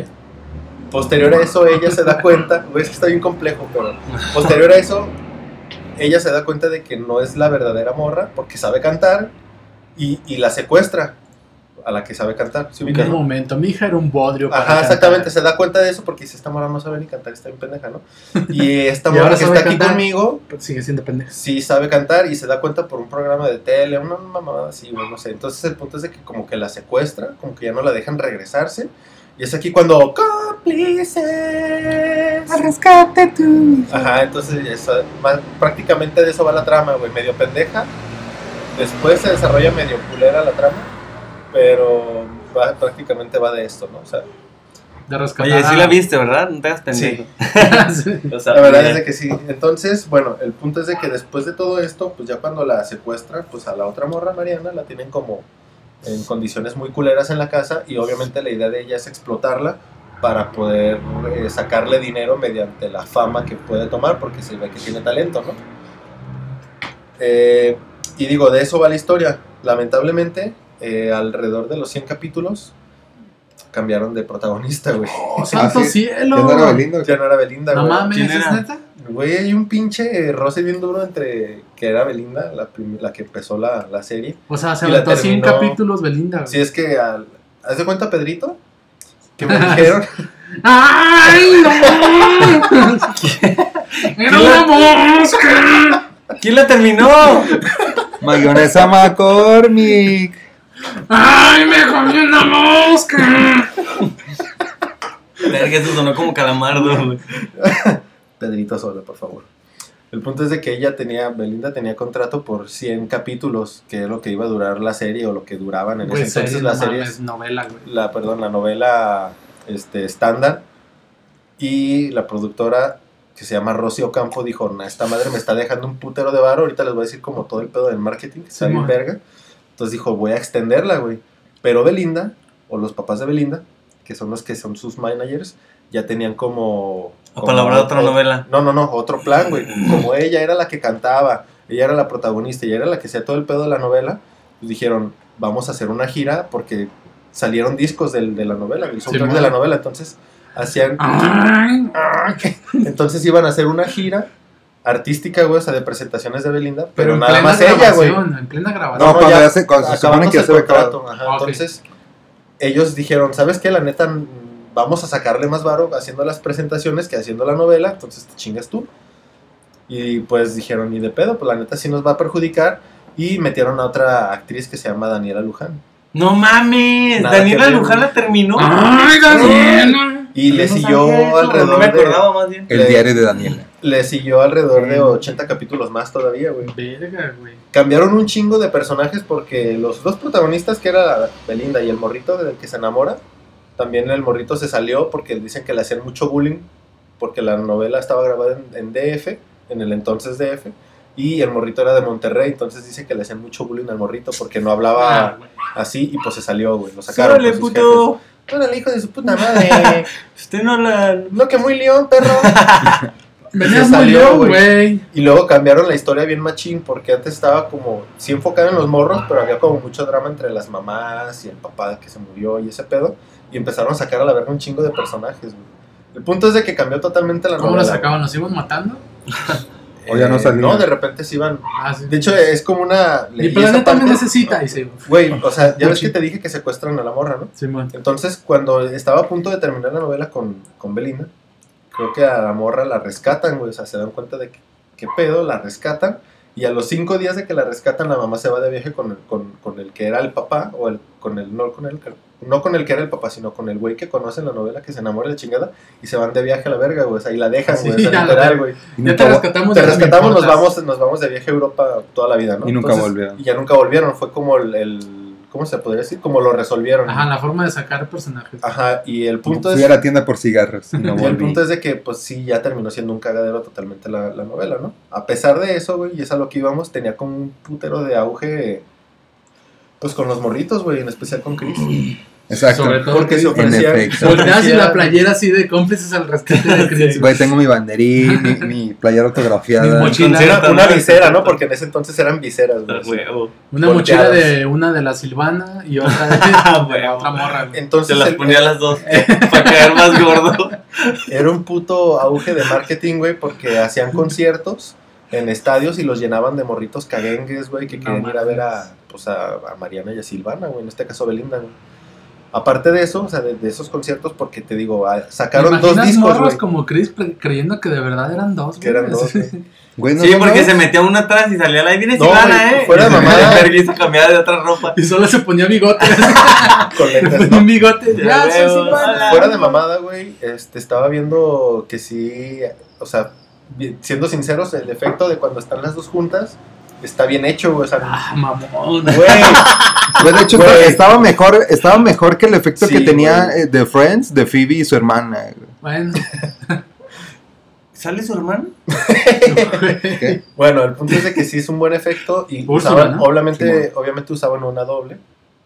Posterior a eso, ella se da cuenta, güey, es que está bien complejo, pero posterior a eso, ella se da cuenta de que no es la verdadera morra porque sabe cantar y, y la secuestra a la que sabe cantar. ¿Sí ubicas, Un no? momento, mi hija era un bodrio. para Ajá, cantar. exactamente, se da cuenta de eso porque dice, esta morra no sabe ni cantar, está bien pendeja, ¿no? Y esta Y morra ahora que sabe está aquí cantar. conmigo Pero Sigue siendo pendeja. sí sabe cantar y se da cuenta por un programa de tele, una mamada así, güey, no sé. Entonces el punto es de que como que la secuestra, como que ya no la dejan regresarse. Y es aquí cuando cómplices. Rescate tú. Ajá, entonces eso, más- prácticamente de eso va la trama, güey, medio pendeja. Después se desarrolla medio culera la trama, pero va- prácticamente va de esto, ¿no? O sea, De rescatar. Oye, sí la viste, ¿verdad? No te hagas pendejo. *laughs* Sí. Lo sabía. La verdad es de que sí. Entonces, bueno, el punto es de que después de todo esto, pues ya cuando la secuestran, pues a la otra morra Mariana la tienen como en condiciones muy culeras en la casa y obviamente la idea de ella es explotarla para poder eh, sacarle dinero mediante la fama que puede tomar porque se ve que tiene talento, ¿no? Eh, y digo, de eso va la historia. Lamentablemente, eh, alrededor de los 100 capítulos cambiaron de protagonista, güey. ¡Santo Ah, sí. cielo! Ya no era Belinda, *laughs* Ya no era Belinda, Oh, No güey. mames, ¿Quién ¿es era? neta? Güey, hay un pinche roce bien duro entre que era Belinda, la, prim- la que empezó la, la serie. O sea, se Y la aventó 100 terminó. capítulos Belinda. güey. Si es que, al, ¿haz de cuenta, Pedrito? Que *laughs* me dijeron, ¡Ay, *laughs* no! ¡Era una mosca! ¿Quién la terminó? Mayonesa McCormick. ¡Ay, me comí una mosca! Verga, eso sonó como calamardo, güey. Pedrito solo, por favor. El punto es de que ella tenía, Belinda tenía contrato por 100 capítulos, que es lo que iba a durar la serie o lo que duraban en Güey, ese entonces serie, no las series. mames, novela, güey. la, perdón, la novela este, estándar y la productora que se llama Rocío Campo dijo, "Nah, esta madre me está dejando un putero de varo, ahorita les voy a decir como todo el pedo del marketing, que está Sí, bien ma. verga. Entonces dijo, voy a extenderla, güey. Pero Belinda, o los papás de Belinda, que son los que son sus managers, ya tenían como... O como palabra de otra otro- novela. no, no, no, otro plan, güey. Como ella era la que cantaba, ella era la protagonista, ella era la que hacía todo el pedo de la novela, pues dijeron, vamos a hacer una gira porque salieron discos del- de la novela, del soundtrack Simón. de la novela, Ah. entonces hacían... ¡Ay! Entonces iban a hacer una gira artística, güey, o sea, de presentaciones de Belinda, pero, en nada plena más ella, güey. grabación, En plena No, grabación. cuando ya ya se- cuando se supone que ya acabándose se el había acabado. contrato, ajá, Ah, ok. Entonces, ellos dijeron, ¿sabes qué? La neta, mm, vamos a sacarle más varo haciendo las presentaciones que haciendo la novela, entonces te chingas tú. Y pues dijeron, ni de pedo, pues la neta sí nos va a perjudicar. Y metieron a otra actriz que se llama Daniela Luján. No mames, Nada Daniela que ver. Luján la terminó. Ah, ¡Ay, Daniela! Y le No siguió sabía eso, No alrededor me de, acordaba más bien. El Le- diario de Daniela. le siguió alrededor Mm. de 80 capítulos más todavía, güey. Verga, güey. cambiaron un chingo de personajes porque los dos protagonistas, que era Belinda y el morrito del que se enamora, también el morrito se salió porque dicen que le hacían mucho bullying porque la novela estaba grabada en, en DF, en el entonces DF, y el morrito era de Monterrey, entonces dice que le hacían mucho bullying al morrito porque no hablaba así y pues se salió, güey, lo sacaron. Ah. Órale, con sus puto. jefes. Órale, hijo de su puta madre. *laughs* Usted no la. no, que muy león, perro. Venías Se muy salió, león, güey. güey. Y luego cambiaron la historia bien machín, porque antes estaba como, sí enfocada en los morros, pero había como mucho drama entre las mamás y el papá que se murió y ese pedo. Y empezaron a sacar a la verga un chingo de personajes, güey. El punto es de que cambió totalmente la ¿Cómo novela. los sacaban? ¿Los iban matando? güey. O ya no Eh, salían. No, de repente se iban. Ah, sí. De hecho, es como una. Mi leí esa planeta me parte. necesita. Y se... Güey, o sea, ya ves Uchi. que te dije que secuestran a la morra, ¿no? Simón. Entonces, cuando estaba a punto de terminar la novela con, con Belinda, creo que a la morra la rescatan, güey. O sea, se dan cuenta de que, qué pedo, la rescatan. Y a los cinco días de que la rescatan, la mamá se va de viaje con el, con, con el que era el papá, o el, con el, no con el, que- no con el que era el papá, sino con el güey que conoce en la novela, que se enamora de la chingada, y se van de viaje a la verga, güey. O sea, y la dejan, Sí, güey. o sea, a la literal, verga. güey. Ya te rescatamos. Te ya no me rescatamos, nos importas. vamos, nos vamos de viaje a Europa toda la vida, ¿no? Y nunca volvieron. Y ya nunca volvieron, fue como el, el- ¿cómo se podría decir? Como lo resolvieron. Ajá, la forma de sacar personajes. Ajá, y el punto Fui es... a la tienda por cigarros y no y el volví. punto es de que, pues sí, ya terminó siendo un cagadero totalmente la, la novela, ¿no? A pesar de eso, güey, y es a lo que íbamos, tenía como un putero de auge, pues con los morritos, güey, en especial con Chris. Mm, Exacto. Sobre todo. Porque se Chris. En ofrecía. efecto. Volteas y la playera así de cómplices al rescate *laughs* de Chris. Güey, tengo mi banderín, mi, mi playera autografiada. Mis mochilas. Una, Concierto, una ¿no? visera, ¿no? Porque en ese entonces eran viseras, Ah, güey. huevo. Una mochila Volteadas. de una de la Silvana y otra *laughs* de Ah, güey. otra morra. güey. Se Entonces las el- ponía a las *laughs* dos para caer más gordo. era un puto auge de marketing, güey, porque hacían conciertos en estadios y los llenaban de morritos caguengues, güey, que No querían ir a ver a, pues, a, a Mariana y a Silvana, güey, en este caso Belinda, güey. Aparte de eso, o sea, de, de esos conciertos, porque te digo, ah, sacaron dos Imaginas discos, morros güey, como Chris pre- creyendo que de verdad eran dos. que eran güey. *laughs* dos, güey. Güey, no, Sí, no, porque no. se metía una atrás y salía la y viene No, Silvana, güey, eh. *laughs* fuera de Y se mamada. metía verga y se cambiaba de otra ropa. Y solo se ponía bigote. *laughs* con lentes, un ¿no? bigote. Ya Ya, soy veo. Silvana. Hola. Fuera de mamada, güey, este, estaba viendo que sí, o sea, bien- siendo sinceros, el efecto de cuando están las dos juntas está bien hecho, güey, o sea, Ah, mamón. güey, Güey, de hecho, Güey. estaba mejor, estaba mejor que el efecto Sí, que tenía güey. eh, de Friends, de Phoebe y su hermana. güey. *laughs* Bueno, ¿Sale su hermano? güey. Bueno, el punto es de que sí es un buen efecto y Úrsula, usaban- ¿no? obviamente, obviamente usaban una doble,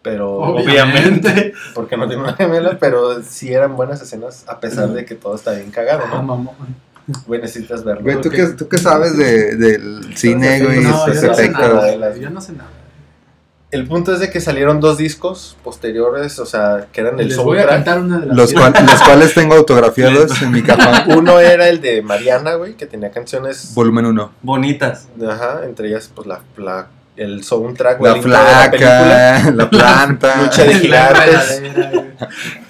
pero Obviamente. porque no tiene una gemela, pero sí eran buenas escenas a pesar de que todo está bien cagado, Ah, ¿no? mamón. Güey, necesitas verlo. Güey, ¿tú, Ok. qué, ¿tú qué sabes de- del cine, güey? No, efectos. y yo sus no sé efectos. nada. güey, Yo no sé nada. El punto es de que salieron dos discos posteriores, o sea, que eran el Les voy a soundtrack. cantar una de las Los, cual- los cuales tengo autografiados en mi capa, Uno era el de Mariana, güey, que tenía canciones, volumen 1. Bonitas. ajá, entre ellas pues la, la- el soundtrack, güey, La el intro de la película, flaca, la planta. lucha de gigantes. Regadera, *laughs* güey.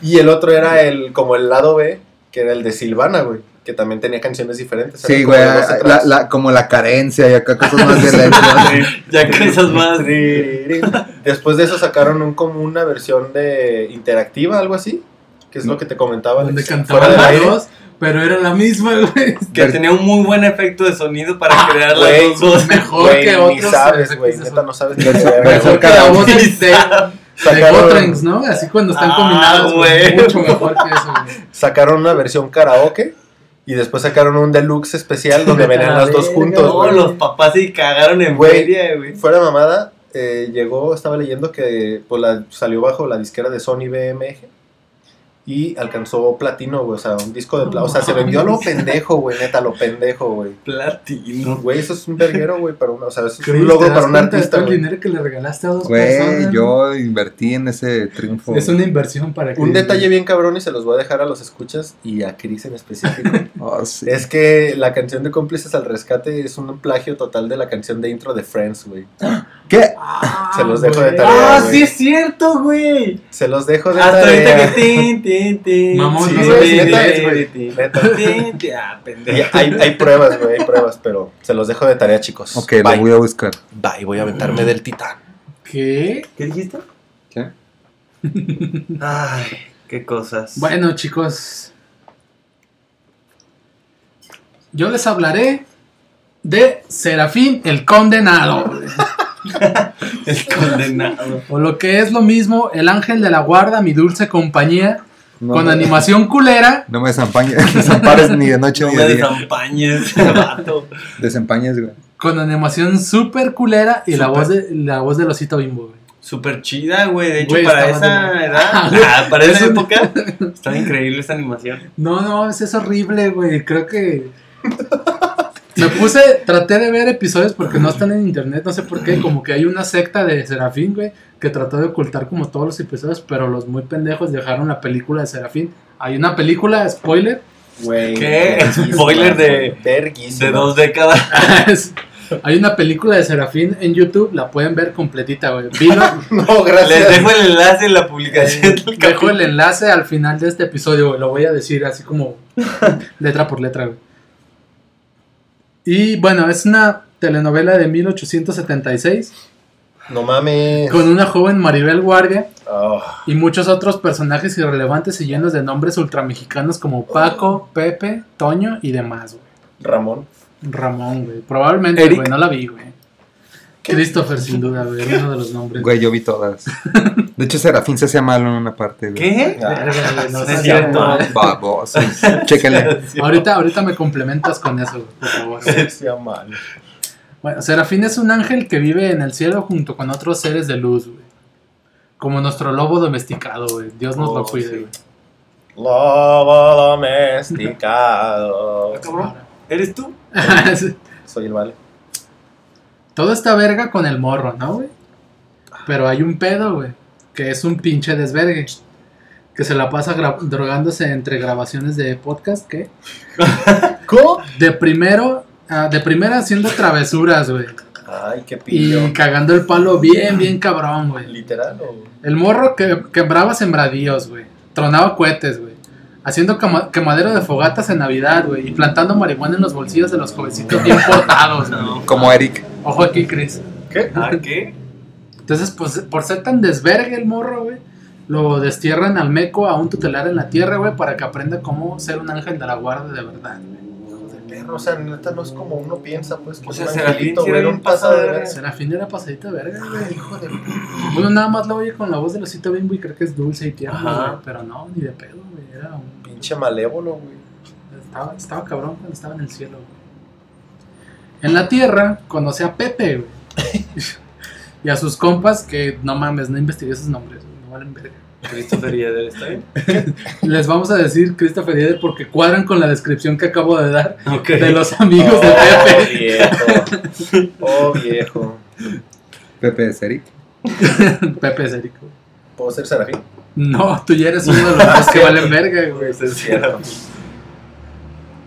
Y el otro era el como el lado B, que era el de Silvana, güey, que también tenía canciones diferentes. Sí, Eran güey, como de dos la, atrás. la- como la carencia y acá cosas más de letra. *laughs* Ya que esas más. *laughs* Después de eso sacaron un, como una versión de interactiva, algo así, que Mm. es lo que te comentaba. Donde Alex, cantaban del las aire. dos, pero era la misma, *laughs* güey. Que tenía un muy buen efecto de sonido para crear Ah, güey. las dos voces. Mejor Güey, que ni otros. sabes, eh, güey, que neta son- no sabes ni Versión- qué verga, versión güey. Mejor que la voz Sí, de, de Sacaron- Gotrens, ¿no? Así cuando están Ah, combinadas, güey. güey. Mucho mejor que eso, güey. Sacaron una versión karaoke y después sacaron un deluxe especial donde Vete a venían la las dos verga, juntos, No, güey. los papás se cagaron en Güey. feria, güey. Fuera de mamada, eh, llegó, estaba leyendo que pues, la- salió bajo la disquera de Sony BMG. y alcanzó platino, güey. O sea, un disco de platino. O sea, se vendió *laughs* a lo pendejo, güey, neta, a lo pendejo, güey. Platino. Güey, eso es un verguero, güey, pero o sea, eso es Chris, un logro ¿te das para un cuenta de artista, todo el güey. dinero que le regalaste a dos Güey, personas? yo pues, invertí en ese triunfo. Es una inversión para que. Un detalle bien cabrón y se los voy a dejar a los escuchas y a Chris *laughs* en específico. Oh, sí. es que la canción de Cómplices al Rescate es un plagio total de la canción de intro de Friends, güey. ¿Qué? Se los dejo de güey. tarea. ¡Ah, güey. sí es cierto, güey! Se los dejo de Hasta ahorita que tarea. tin, tin, tin. Mamón, Sí, no sabes, tin, neta tin, es, güey. tin, *laughs* Neta. tin, tin. Ah, pendejo. Y Hay, hay pruebas, güey, hay pruebas, pero se los dejo de tarea, chicos. Ok, Bye. lo voy a buscar. Bye, voy a aventarme del titán. ¿Qué? ¿Qué dijiste? ¿Qué? Ay, qué cosas. *laughs* Bueno, chicos. Yo les hablaré de Serafín el Condenado. El condenado. O lo que es lo mismo, el ángel de la guarda, mi dulce compañía, No, con no, animación culera. No me desempañes, *laughs* desampares ni de noche No ni me de día. desampañes, vato. Desempañes, güey. Con animación súper culera y la voz de la voz del osito bimbo, güey. Súper chida, güey. De hecho, Güey, para está más esa de- edad, Ah, güey. ah, *laughs* para esa Es un- época, está increíble esta animación. No, no, es, es horrible, güey. Creo que. *laughs* Me puse, traté de ver episodios porque no están en internet, no sé por qué. Como que hay una secta de Serafín, güey, que trató de ocultar como todos los episodios, pero los muy pendejos dejaron la película de Serafín. Hay una película, spoiler. *laughs* Güey. ¿Qué? verguísima, Spoiler de- güey, verguísima. De dos décadas. es- hay una película de Serafín en YouTube, la pueden ver completita, güey. Vi lo- No, Les gracias. dejo el enlace en la publicación del Dejo capítulo. el enlace al final de este episodio, güey, Lo voy a decir así *laughs* como letra por letra, güey. Y bueno, es una telenovela de 1876 No mames. con una joven Maribel Guardia Oh, y muchos otros personajes irrelevantes y llenos de nombres ultramexicanos como Oh. Paco, Pepe, Toño y demás, güey. Ramón. Ramón, güey. Probablemente, Eric. güey, no la vi, güey. Christopher, sin duda, güey, era uno de los nombres. Güey, yo vi todas. De hecho, Serafín se hacía malo en una parte, güey. ¿Qué? Ah, Verga, güey, no No es seas cierto. mamón. *laughs* Babosos. Chéquenle. Ahorita, ahorita me complementas con eso, güey, por favor. güey. se hacía mal. Bueno, Serafín es un ángel que vive en el cielo junto con otros seres de luz, güey. Como nuestro lobo domesticado, güey. Dios nos lo Oh, cuide, sí. güey. Lobo domesticado. Ah, Cabrón, ¿eres tú? Soy el vale. *laughs* Todo está verga con el morro, ¿no, güey? Pero hay un pedo, güey. Que es un pinche desvergue. Que se la pasa gra- drogándose entre grabaciones de podcast, *laughs* ¿qué? ¿Cómo? De primero, ah, de primera haciendo travesuras, güey. Ay, qué pillo. Y cagando el palo bien, bien cabrón, güey. Literal o. El morro que quebraba sembradíos, güey. Tronaba cohetes, güey. Haciendo cama- quemadero de fogatas en Navidad, güey. Y plantando marihuana en los bolsillos de los jovencitos bien portados, güey. Como Eric. Ojo aquí, Chris. ¿Ah, qué? Entonces, pues, por ser tan desvergue el morro, güey, lo destierran al meco a un tutelar en la tierra, güey, para que aprenda cómo ser un ángel de la guarda de verdad. Hijo de perro, o sea, neta no es como uno piensa, pues que O es sea, un Serafín angelito, sí güey, era un bien pasado ¿eh? de pasado de verga. Serafín era pasadita de verga, güey. Ay, hijo de Bueno, nada más lo oye con la voz del osito bimbo y creo que es dulce y tierno, Ajá. güey. Pero no, ni de pedo, güey. Era un pinche malévolo, güey. Estaba, estaba cabrón cuando estaba en el cielo, güey. En la tierra conoce a Pepe, güey. y a sus compas, que no mames, no investigué sus nombres, güey, no valen verga. Christopher y Eder, ¿está bien? Les vamos a decir Christopher y Eder porque cuadran con la descripción que acabo de dar Ok. de los amigos de oh, Pepe. *laughs* viejo. Oh, viejo. Pepe es Eric. Pepe es Eric, güey. ¿Puedo ser Serafín? No, tú ya eres uno *laughs* de los dos que valen verga, güey. Pues es cierto.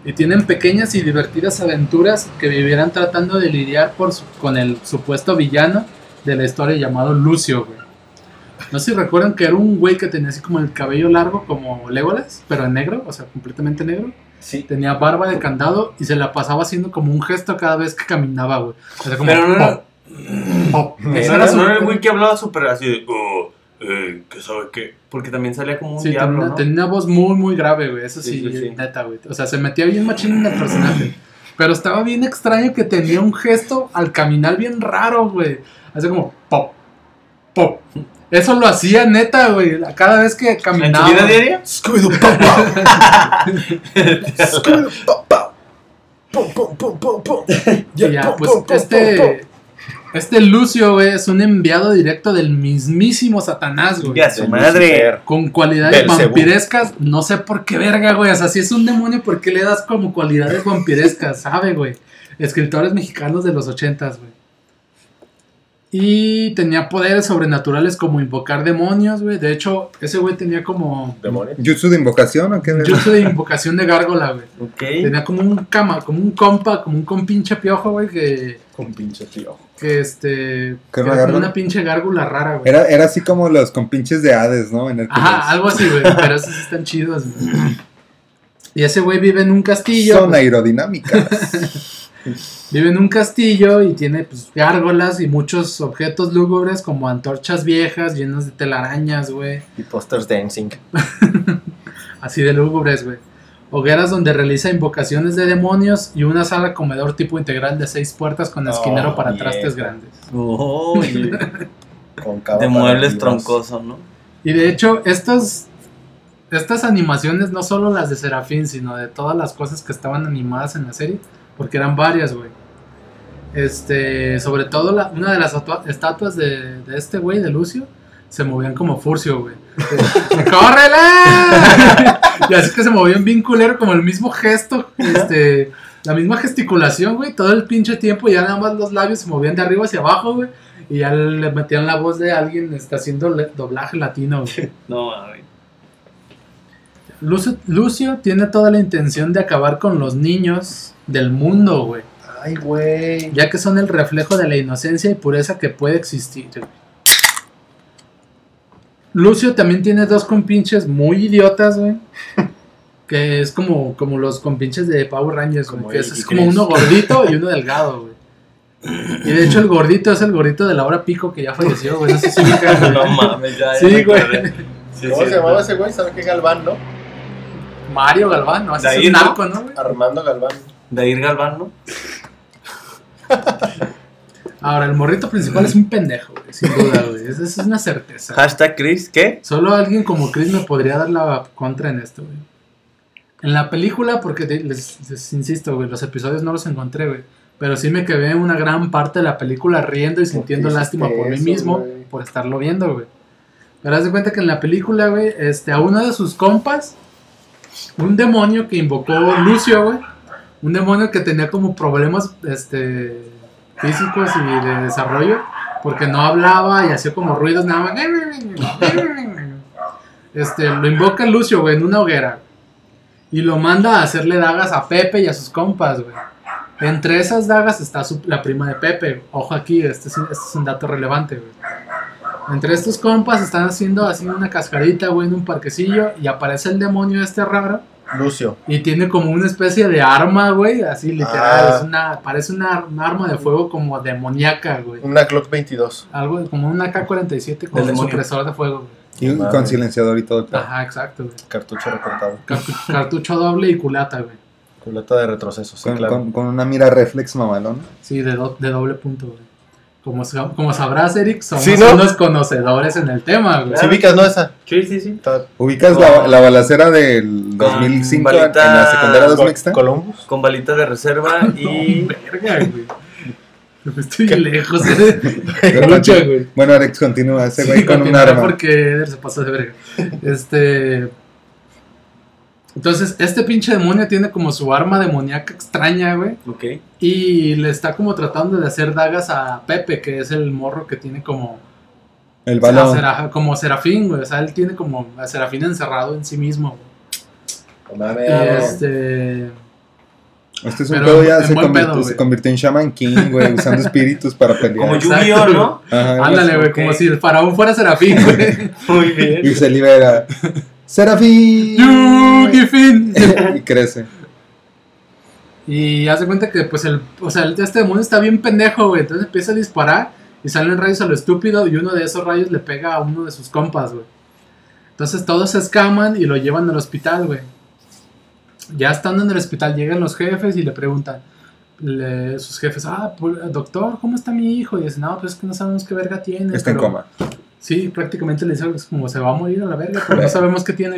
Y tienen pequeñas y divertidas aventuras que vivirán tratando de lidiar por su- con el supuesto villano de la historia llamado Lucio, güey. No sé si recuerdan que era un güey que tenía así como el cabello largo como Legolas, pero en negro, o sea, completamente negro. Sí. Tenía barba de candado y se la pasaba haciendo como un gesto cada vez que caminaba, güey. O sea, como Pero no era- pop, pop. No Ese *laughs* era, su- no era el güey que hablaba súper así de, oh, eh, que sabe qué. Porque también salía como un Sí, tenía, diablo, ¿no? tenía una voz muy, muy grave, güey. Eso sí, Sí, sí, sí. neta, güey. O sea, se metía bien machín en el personaje. Pero estaba bien extraño que tenía un gesto al caminar bien raro, güey. Hace como pop, pop. Eso lo hacía neta, güey. Cada vez que ¿En tu caminaba. vida diaria? Scooby-Doo, pop, Scooby-Doo, pop, pop. Pum, pum, pum, pum, pum. Y ya, pues este. Este Lucio, güey, es un enviado directo del mismísimo Satanás, güey. Ya su madre. Con cualidades Belcebú. vampirescas, no sé por qué verga, güey. O sea, si es un demonio, ¿por qué le das como cualidades vampirescas? ¿Sabe, güey? Escritores mexicanos de los ochentas, güey. Y tenía poderes sobrenaturales como invocar demonios, güey. De hecho, ese güey tenía como... Demonio. ¿Jutsu de invocación o qué? Yo soy de invocación de gárgola, güey. Ok. Tenía como un cama, como un compa, como un compinche piojo, güey, que, Con pinche tío. que este... ¿Que Que era era como gárgola? una pinche gárgola rara, güey. Era, era así como los compinches de Hades, ¿no? En el Ajá, algo así, güey. Pero esos están chidos, güey. Y ese güey vive en un castillo. Son pues, *laughs* aerodinámicas. vive en un castillo y tiene pues gárgolas y muchos objetos lúgubres como antorchas viejas llenas de telarañas, güey. Y posters dancing. Así de lúgubres, güey. Hogueras donde realiza invocaciones de demonios y una sala comedor tipo integral de seis puertas con esquinero Oh, para yeah. trastes grandes. *laughs* Oye, Con cava de para muebles arriba. troncosos, ¿no? Y de hecho, estos, estas animaciones, no solo las de Serafín, sino de todas las cosas que estaban animadas en la serie, porque eran varias, güey. Este, sobre todo la- una de las atua- estatuas de, de este güey, de Lucio, se movían como Furcio, güey. *laughs* ¡Córrela! *laughs* y así que se movían bien culero, como el mismo gesto, este, la misma gesticulación, güey, todo el pinche tiempo, ya nada más los labios se movían de arriba hacia abajo, güey. Y ya le metían la voz de alguien está haciendo le- doblaje latino. *laughs* güey. No, mames. Lucio, Lucio tiene toda la intención de acabar con los niños del mundo, güey. Ay, güey. Ya que son el reflejo de la inocencia y pureza que puede existir, güey. Lucio también tiene dos compinches muy idiotas, *laughs* güey. Que es como, como los compinches de Power Rangers, güey. Como Que él es, y es como Chris. uno gordito *laughs* y uno delgado, güey. Y de hecho el gordito es el gordito de la hora pico que ya falleció, güey. No *laughs* sé si ubican, güey. *laughs* No mames, ya. ya Sí, me güey. acordé. Sí, ¿Cómo sí, se llamaba ese güey? ¿Sabe qué Galván, no? Mario Galván, ¿no? Ese De es ahí, un ¿no? narco, ¿no, güey? Armando Galván. Dair Galván, ¿no? Ahora, el morrito principal es un pendejo, güey, sin duda, güey. Esa es una certeza. Hashtag Chris, ¿qué? Solo alguien como Chris me podría dar la contra en esto, güey. En la película, porque te- les, les insisto, güey, los episodios no los encontré, güey. Pero sí me quedé una gran parte de la película riendo y sintiendo hiciste lástima por mí eso, mismo güey? por estarlo viendo, güey. Pero haz de cuenta que en la película, güey, este, a uno de sus compas, un demonio que invocó Lucio, güey, un demonio que tenía como problemas este, físicos y de desarrollo, porque no hablaba y hacía como ruidos nada más. Este, lo invoca Lucio, güey, en una hoguera. Y lo manda a hacerle dagas a Pepe y a sus compas, güey. Entre esas dagas está su- la prima de Pepe. Ojo aquí, este es, un- este es un dato relevante, güey. Entre estos compas están haciendo así una cascarita, güey, en un parquecillo. Y aparece el demonio este raro. Lucio. Y tiene como una especie de arma, güey. Así literal. Ah. Es una, parece una, un arma de fuego como demoníaca, güey. Una Glock 22. Algo como una K-47 con un Del demonio. Ah. supresor de fuego, güey. y un- con silenciador y todo. el pedo. Ajá, exacto, güey. Cartucho recortado. Cartu- Cartucho doble y culata, güey. Culata de retroceso, sí, Con, claro. con- con una mira reflex mamalona. Sí, de, do- de doble punto, güey. Como, sa- como sabrás, Eric, somos Sí, ¿no? unos conocedores en el tema, güey. Si ubicas, ¿no? Esa. Sí, sí, sí. Está- ¿Ubicas la, la balacera del 2005 en la balita- secundaria 2 Col- mixta? Columbus. Con balitas de reserva *laughs* y. Verga, *laughs* güey. Estoy lejos de lucha, güey. Bueno, Alex, continúa. Ese este güey Sí, con un continuaré arma. porque Eder se pasó de verga. Este. Entonces, este pinche demonio tiene como su arma demoníaca extraña, güey. Ok. Y le está como tratando de hacer dagas a Pepe, que es el morro que tiene como. El o sea, balón. Sera- como Serafín, güey. O sea, él tiene como a Serafín encerrado en sí mismo, güey. No mames. Este. Este es un Pero pedo ya. en Se buen convirtió, pedo, se güey. convirtió en Shaman King, *laughs* güey, usando espíritus para pelear. Como Exacto, Yu-Gi-Oh, güey. ¿no? Ajá, algo Ándale, así. güey, ok. como si el faraón fuera Serafín, *laughs* güey. *laughs* Muy bien. Y se libera. ¡Serafín! Yugi Fin. *laughs* y crece. Y hace cuenta que, pues, el, o sea, el- este demonio está bien pendejo, güey. Entonces empieza a disparar y salen rayos a lo estúpido. Y uno de esos rayos le pega a uno de sus compas, güey. Entonces todos se escaman y lo llevan al hospital, güey. Ya estando en el hospital, llegan los jefes y le preguntan. le- sus jefes, ah, pu- doctor, ¿cómo está mi hijo? Y dicen, no, pues es que no sabemos qué verga tiene. Está en pero- coma. Sí, prácticamente le dice algo así como se va a morir a la verga, pero no sabemos qué tiene,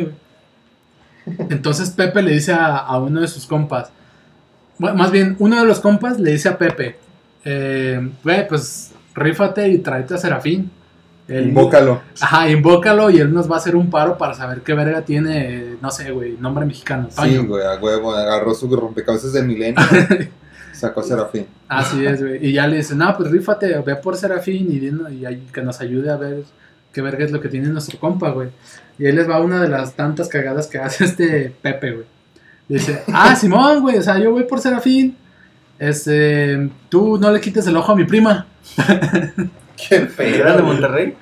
güey. Entonces Pepe le dice a, a uno de sus compas, bueno, más bien, uno de los compas le dice a Pepe, eh, güey, pues rífate y tráete a Serafín. Él- Invócalo. Ajá, invócalo y él nos va a hacer un paro para saber qué verga tiene, eh, no sé, güey, nombre mexicano. Sí, Toño. güey, a huevo, agarró su rompecabezas de milenio. sacó a Serafín. Así es, güey. Y ya le dice, no, pues rífate, ve por Serafín y, dinos- y ahí que nos ayude a ver qué verga es lo que tiene nuestro compa, güey. Y ahí les va una de las tantas cagadas que hace este Pepe, güey. Dice, ah, Simón, güey, o sea, yo voy por Serafín. Este, tú no le quites el ojo a mi prima. *laughs* Qué ¿Era de feo. Monterrey?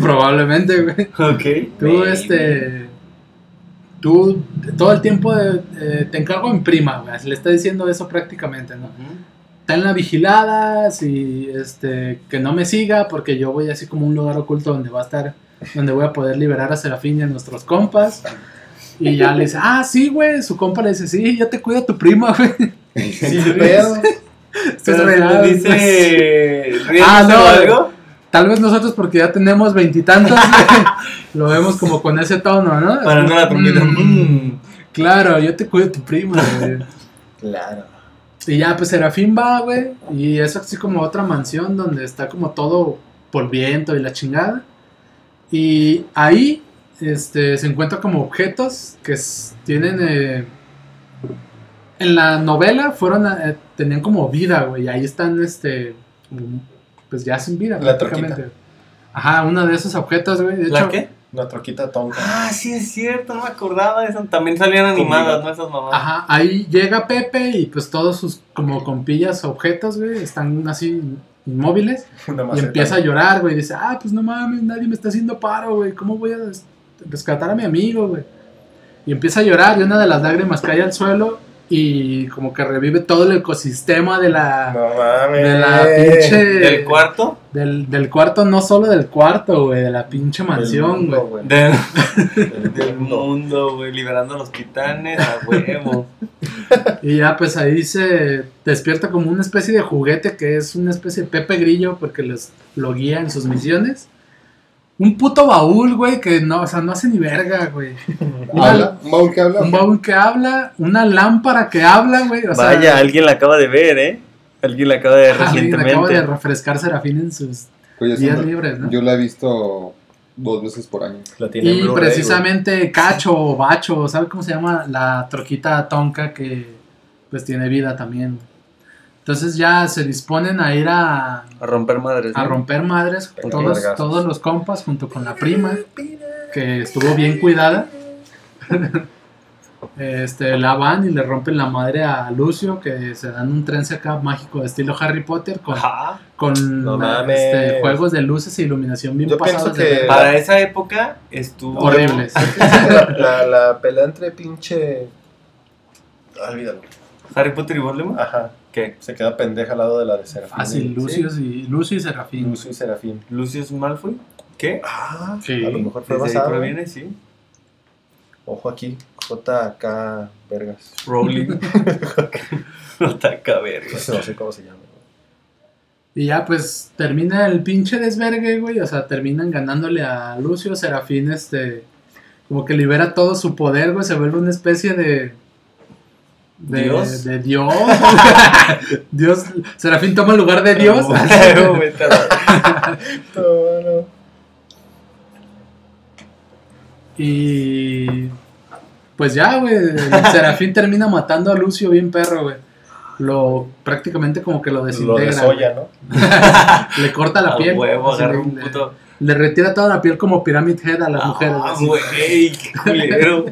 Probablemente, güey. Ok. Tú, este. Tú todo el tiempo eh, eh, te encargo en prima, güey. Le está diciendo eso prácticamente, ¿no? Tenla vigilada, si, este, que no me siga, porque yo voy así como a un lugar oculto donde va a estar, donde voy a poder liberar a Serafín y a nuestros compas. Y ya le dice, ah, sí, güey. Su compa le dice, sí, yo te cuido a tu prima, güey. Sin pedo. Estás Pero relajado, le güey. dice. Ah, Ah, no. no. algo? *laughs* Tal vez nosotros, porque ya tenemos veintitantos, *laughs* güey, lo vemos como con ese tono, ¿no? Para no la trompeta. Mm. Claro, yo te cuido a tu prima, güey. Claro. Y ya, pues Serafín va, güey. Y es así como otra mansión donde está como todo polviento y la chingada. Y ahí este, se encuentra como objetos que s- tienen. eh, en la novela fueron a- eh, tenían como vida, güey. Y ahí están, este. como, Pues ya sin vida, La prácticamente. Ajá, uno de esos objetos, güey. De ¿La hecho, qué? Una troquita tonta. Ah, sí, es cierto, no me acordaba de eso. También salían animadas, ¿no? Esas mamadas. Ajá, ahí llega Pepe y pues todos sus como compillas objetos, güey, están así inmóviles. Una Y maceta. empieza a llorar, güey. y Dice, ah, pues no mames, nadie me está haciendo paro, güey. ¿Cómo voy a des- rescatar a mi amigo, güey? Y empieza a llorar y una de las lágrimas cae al suelo y como que revive todo el ecosistema de la... No mames. De la pinche... ¿Del cuarto? Del, del cuarto, no solo del cuarto, güey, de la pinche mansión, Del güey. mundo, Del, Del- del del mundo. mundo, güey. Liberando a los titanes a huevo. Y ya pues ahí se despierta como una especie de juguete que es una especie de Pepe Grillo porque los, lo guía en sus misiones. Un puto baúl, güey, que no, o sea, no hace ni verga, *laughs* güey. Una- ¿Habla? ¿Un baúl que habla? un baúl que habla, una lámpara que habla, güey. O sea, Vaya, alguien la acaba de ver, ¿eh? Alguien la acaba de ver alguien recientemente. acaba de refrescar Serafín en sus Oye, es días una- libres, ¿no? Yo la he visto dos veces por año. La tiene en Y Blu-ray, precisamente Cacho o Bacho, ¿sabe cómo se llama? La troquita tonca que pues tiene vida también. Entonces ya se disponen a ir a, A romper madres. a ¿no? romper madres Pegar todos, vergazos. todos los compas junto con la prima que estuvo bien cuidada *laughs* este la van y le rompen la madre a Lucio que se dan un trance acá mágico de estilo Harry Potter con, Ajá. con No mames. este, juegos de luces e iluminación bien Yo pasadas pienso de que- verga. Para esa época estuvo. horribles güey. La, *laughs* la, la pelea entre pinche. Ah, Olvídalo. Harry Potter y Voldemort. Ajá. ¿Qué? Se queda pendeja al lado de la de Serafín. así Sí. Lucio y Lucio y Serafín Lucio y Serafín. Lucius Malfoy. ¿Qué? Ah, Sí. a lo mejor fue Desde ahí basado. proviene, sí. Ojo aquí. JK Vergas. *laughs* Rowling. no taca verga. No sé, *laughs* no sé cómo se llama. güey. y ya pues termina el pinche desvergue güey o sea terminan ganándole a Lucio Serafín este como que libera todo su poder güey se vuelve una especie de de Dios. de Dios *laughs* Dios Serafín toma el lugar de *laughs* Dios Vete a la- Y pues ya, güey, el Serafín termina matando a Lucio bien perro, güey. Lo prácticamente como que lo Lo desintegra. de Soya, ¿no? güey. Le corta la a piel. huevo, así agarra le- un le- puto. Le retira toda la piel como Pyramid Head a las mujeres. Ah, así. güey, qué *laughs* culero.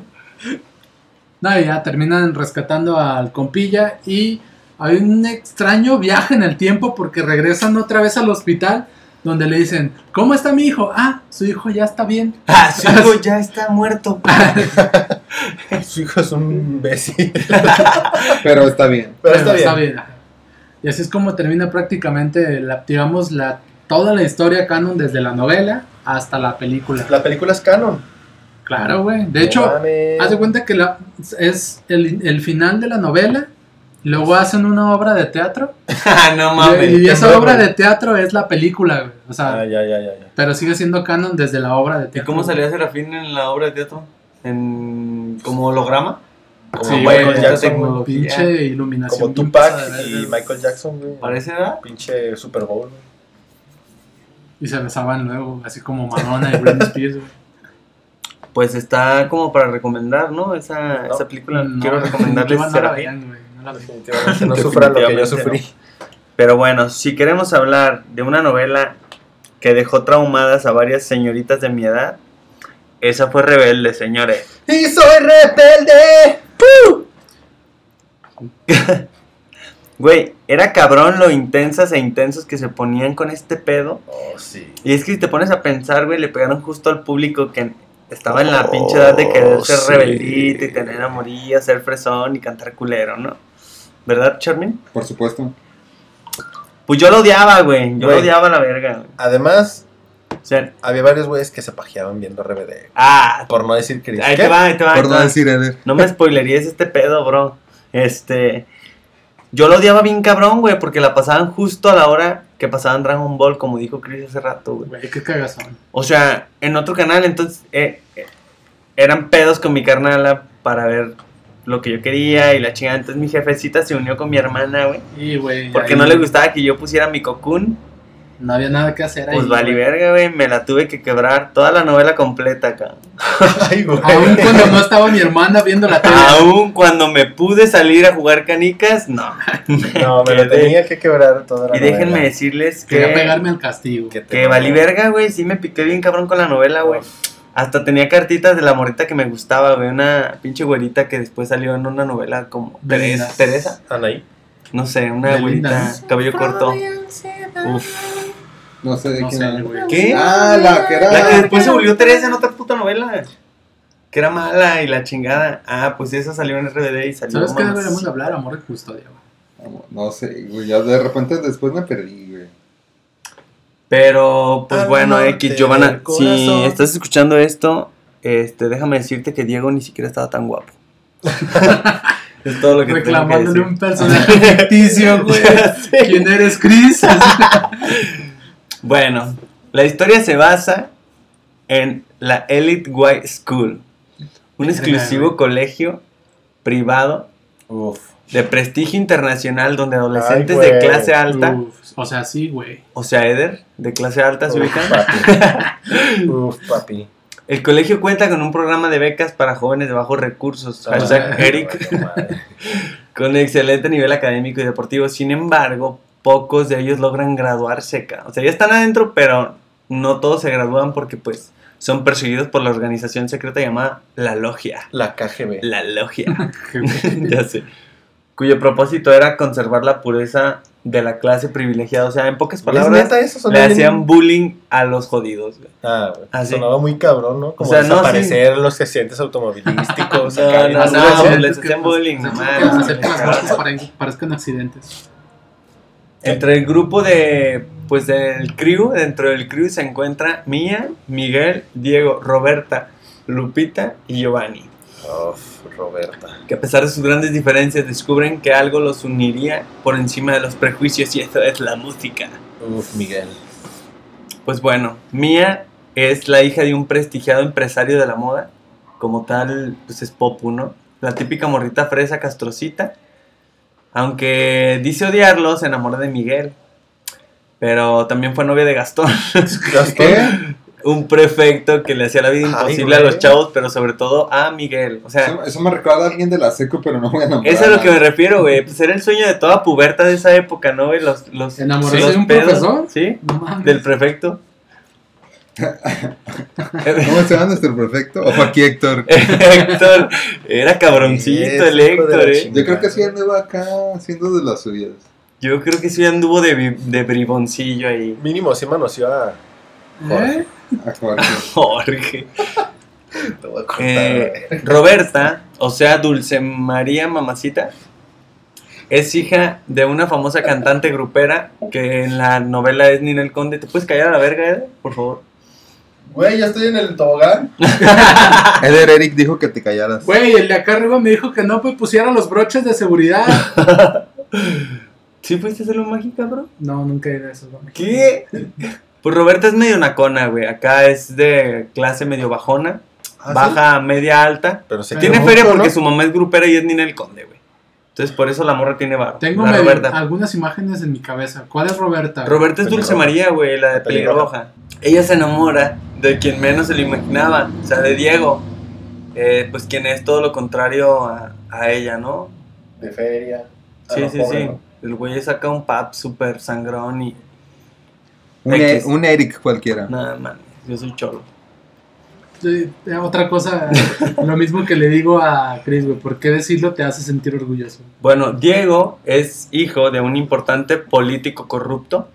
No, y ya terminan rescatando al compilla y hay un extraño viaje en el tiempo porque regresan otra vez al hospital donde le dicen, ¿cómo está mi hijo? Ah, su hijo ya está bien. Ah, su hijo ya *laughs* está muerto. *laughs* *laughs* Su hijo es un *laughs* imbécil. Pero está bien. Pero está Pero bien. ajá. Y así es como termina prácticamente, la, digamos, la, toda la historia canon desde la novela hasta la película. La película es canon. Claro, güey. De hecho, haz de hace cuenta que la, es el, el final de la novela, luego hacen una obra de teatro. Ah, no mames. y, y qué esa mal, obra güey. de teatro es la película, güey. O sea, Ah, ya, ya, ya. ya. pero sigue siendo canon desde la obra de ¿Y teatro. cómo güey. salía Serafín en la obra de teatro? ¿En... ¿Como holograma? Como Sí, Michael güey, Jackson, esa Como tecnología. pinche iluminación. Como bien Tupac pasada de y verga. Michael Jackson, güey. Parece, ¿verdad? Pinche Super Bowl, güey. Y se besaban luego, así como Madonna y Britney Spears. *laughs* güey. Pues está como para recomendar, ¿no? Esa, No. esa película. No, Quiero yo recomendarles no la Serafín. veían, güey, no la veían. *laughs* Definitivamente no sufra lo que yo Definitivamente sufrí. Pero bueno, si queremos hablar de una novela que dejó traumadas a varias señoritas de mi edad, esa fue Rebelde, señores. ¡Y soy rebelde! *laughs* Güey, era cabrón lo intensas e intensos que se ponían con este pedo. Oh, sí. Y es que si te pones a pensar, güey, le pegaron justo al público que estaba en Oh, la pinche edad de querer ser sí. rebeldito y tener amorío, ser fresón y cantar culero, ¿no? ¿Verdad, Charmin? Por supuesto. Pues yo lo odiaba, güey. Yo lo Güey. odiaba a la verga, güey. Además, O sea, había varios güeyes que se pajeaban viendo RBD. ah, Por no decir Chris. ahí ¿Qué? te va, ahí te va. ahí Por te no va. decir Eder. No me spoilerías este pedo, bro. Este. Yo lo odiaba bien cabrón, güey, porque la pasaban justo a la hora que pasaban Dragon Ball, como dijo Chris hace rato, güey. Güey, qué cagazón. O sea, en otro canal, entonces. eh, eh, eran pedos con mi carnala para ver lo que yo quería y la chingada. Entonces mi jefecita se unió con mi hermana, güey. Y, güey. Porque ahí no le gustaba que yo pusiera mi cocoon. No había nada que hacer ahí. Pues vale, güey. verga, güey. Me la tuve que quebrar toda la novela completa, cabrón. *laughs* Ay, güey. Aún cuando no estaba mi hermana viendo *laughs* Ah, la tele. Aún cuando me pude salir a jugar canicas, no. No, me lo Quedé. tenía que quebrar toda la Y déjenme novela. decirles Quería que, pegarme al castigo. Que te- que valí verga, güey. Sí me piqué bien cabrón con la novela, güey. Hasta tenía cartitas de la morita que me gustaba, güey. Una pinche güerita que después salió en una novela como Teresa. Belinda. Teresa. Anaí. No sé, una Belinda, güerita, cabello corto. Uh. Uf. No sé de No quién sé, habla. güey. ¿Qué? Ah, la que era. La que después se volvió Teresa en otra puta novela. Que era mala y la chingada. Ah, pues esa salió en RBD y salió. ¿Sabes qué más. deberíamos de hablar? Amor y custodia, güey. No sé, güey. Ya de repente después me perdí, güey. Pero, pues bueno, Amarte X, Giovanna, del si corazón. estás escuchando esto, este, déjame decirte que Diego ni siquiera estaba tan *laughs* guapo. es todo lo que tengo que Reclamándole decir. un personaje *laughs* ficticio, güey. ¿Quién eres, Chris? Bueno, la historia se basa en la Elite White School, un exclusivo colegio privado Uf. de prestigio internacional donde adolescentes Ay, de güey. clase alta, Uf, o sea, sí, güey. o sea, Eder, de clase alta se Uf, ubican. *laughs* papi. Uf, papi. El colegio cuenta con un programa de becas para jóvenes de bajos recursos. Ah. Hashtag Ay, Eric. no, no, madre. con excelente nivel académico y deportivo. Sin embargo, pocos de ellos logran graduarse. ca- O sea, ya están adentro, pero no todos se gradúan porque pues son perseguidos por la organización secreta llamada La Logia. La KGB. La *laughs* Logia. *laughs* ya sé. Cuyo propósito era conservar la pureza de la clase privilegiada. O sea, en pocas ¿Es palabras, Pues, neta eso? le Sonaba bien- hacían bullying a los jodidos. güey. Ah, güey. Ah, sí. Sonaba muy cabrón, ¿no? Como sea, no, desaparecer los accidentes automovilísticos. *laughs* No, acá, no, más no, grueso. les accidentes hacían que- bullying, hacen nomás, que no, las acercan les las muertes paren- parezcan accidentes. Entre el grupo de, pues del crew, dentro del crew se encuentra Mía, Miguel, Diego, Roberta, Lupita y Giovanni, Uf, Roberta. que a pesar de sus grandes diferencias descubren que algo los uniría por encima de los prejuicios y eso es la música. Uf, Miguel. Pues bueno, Mía es la hija de un prestigiado empresario de la moda, como tal, pues es popu, ¿no? La típica morrita fresa castrocita. Aunque dice odiarlo, se enamora de Miguel. Pero también fue novia de Gastón. *laughs* ¿Qué? un prefecto que le hacía la vida Ay, imposible a güey. los chavos, pero sobre todo a Miguel. O sea, Eso, eso me recuerda a alguien de la seco, pero no voy a nombrar. eso es a lo que me refiero, güey. Pues era el sueño de toda puberta de esa época, ¿no? güey? Los, los, ¿Enamorarse los de un pedos, profesor? Sí, No mames. ¿Eh? del *laughs* prefecto. ¿Cómo se llama nuestro prefecto? O aquí Héctor. Héctor, era cabroncito Es el hijo de la Héctor, eh. chingada. Yo creo que sí andaba acá haciendo de las suyas. Yo creo que sí anduvo de, bi- de briboncillo *laughs* ahí. Mínimo, sí manoseó a Jorge. ¿Eh? A Jorge. Jorge. Te voy a cortar, güey. Eh, Roberta, o sea, Dulce María Mamacita, es hija de una famosa cantante grupera que en la novela es Ninel Conde. ¿Te puedes callar a la verga, Ed? Por favor. Güey, ya estoy en el tobogán. *laughs* Eder Eric dijo que te callaras. Güey, el de acá arriba me dijo que no pues, pusiera los broches de seguridad. *laughs* ¿Sí fuiste a hacerlo mágica, bro? No, nunca era eso. güey. ¿Qué? Pues Roberta es medio nacona, güey. Acá es de clase medio bajona. Ah, baja, media, alta. Pero se tiene queda feria mucho, porque ¿no? su mamá es grupera y es Ninel Conde, güey. Entonces por eso la morra tiene barro. Tengo la medio- Roberta. algunas imágenes en mi cabeza. ¿Cuál es Roberta? Roberta es Dulce Pelirroja. María, güey, la de La pelirroja. pelirroja. Ella se enamora de quien menos se lo imaginaba, o sea, de Diego. Eh, pues quien es todo lo contrario a, a ella, ¿no? De feria. Ah, Sí, no, sí, pobre, sí. ¿no? El güey saca un pap súper sangrón y Un, X. E- un Eric cualquiera. nada más. Yo soy cholo. Sí, eh, otra cosa, lo mismo que le digo a Chris, güey. ¿Por qué decirlo te hace sentir orgulloso? Bueno, Diego es hijo de un importante político corrupto.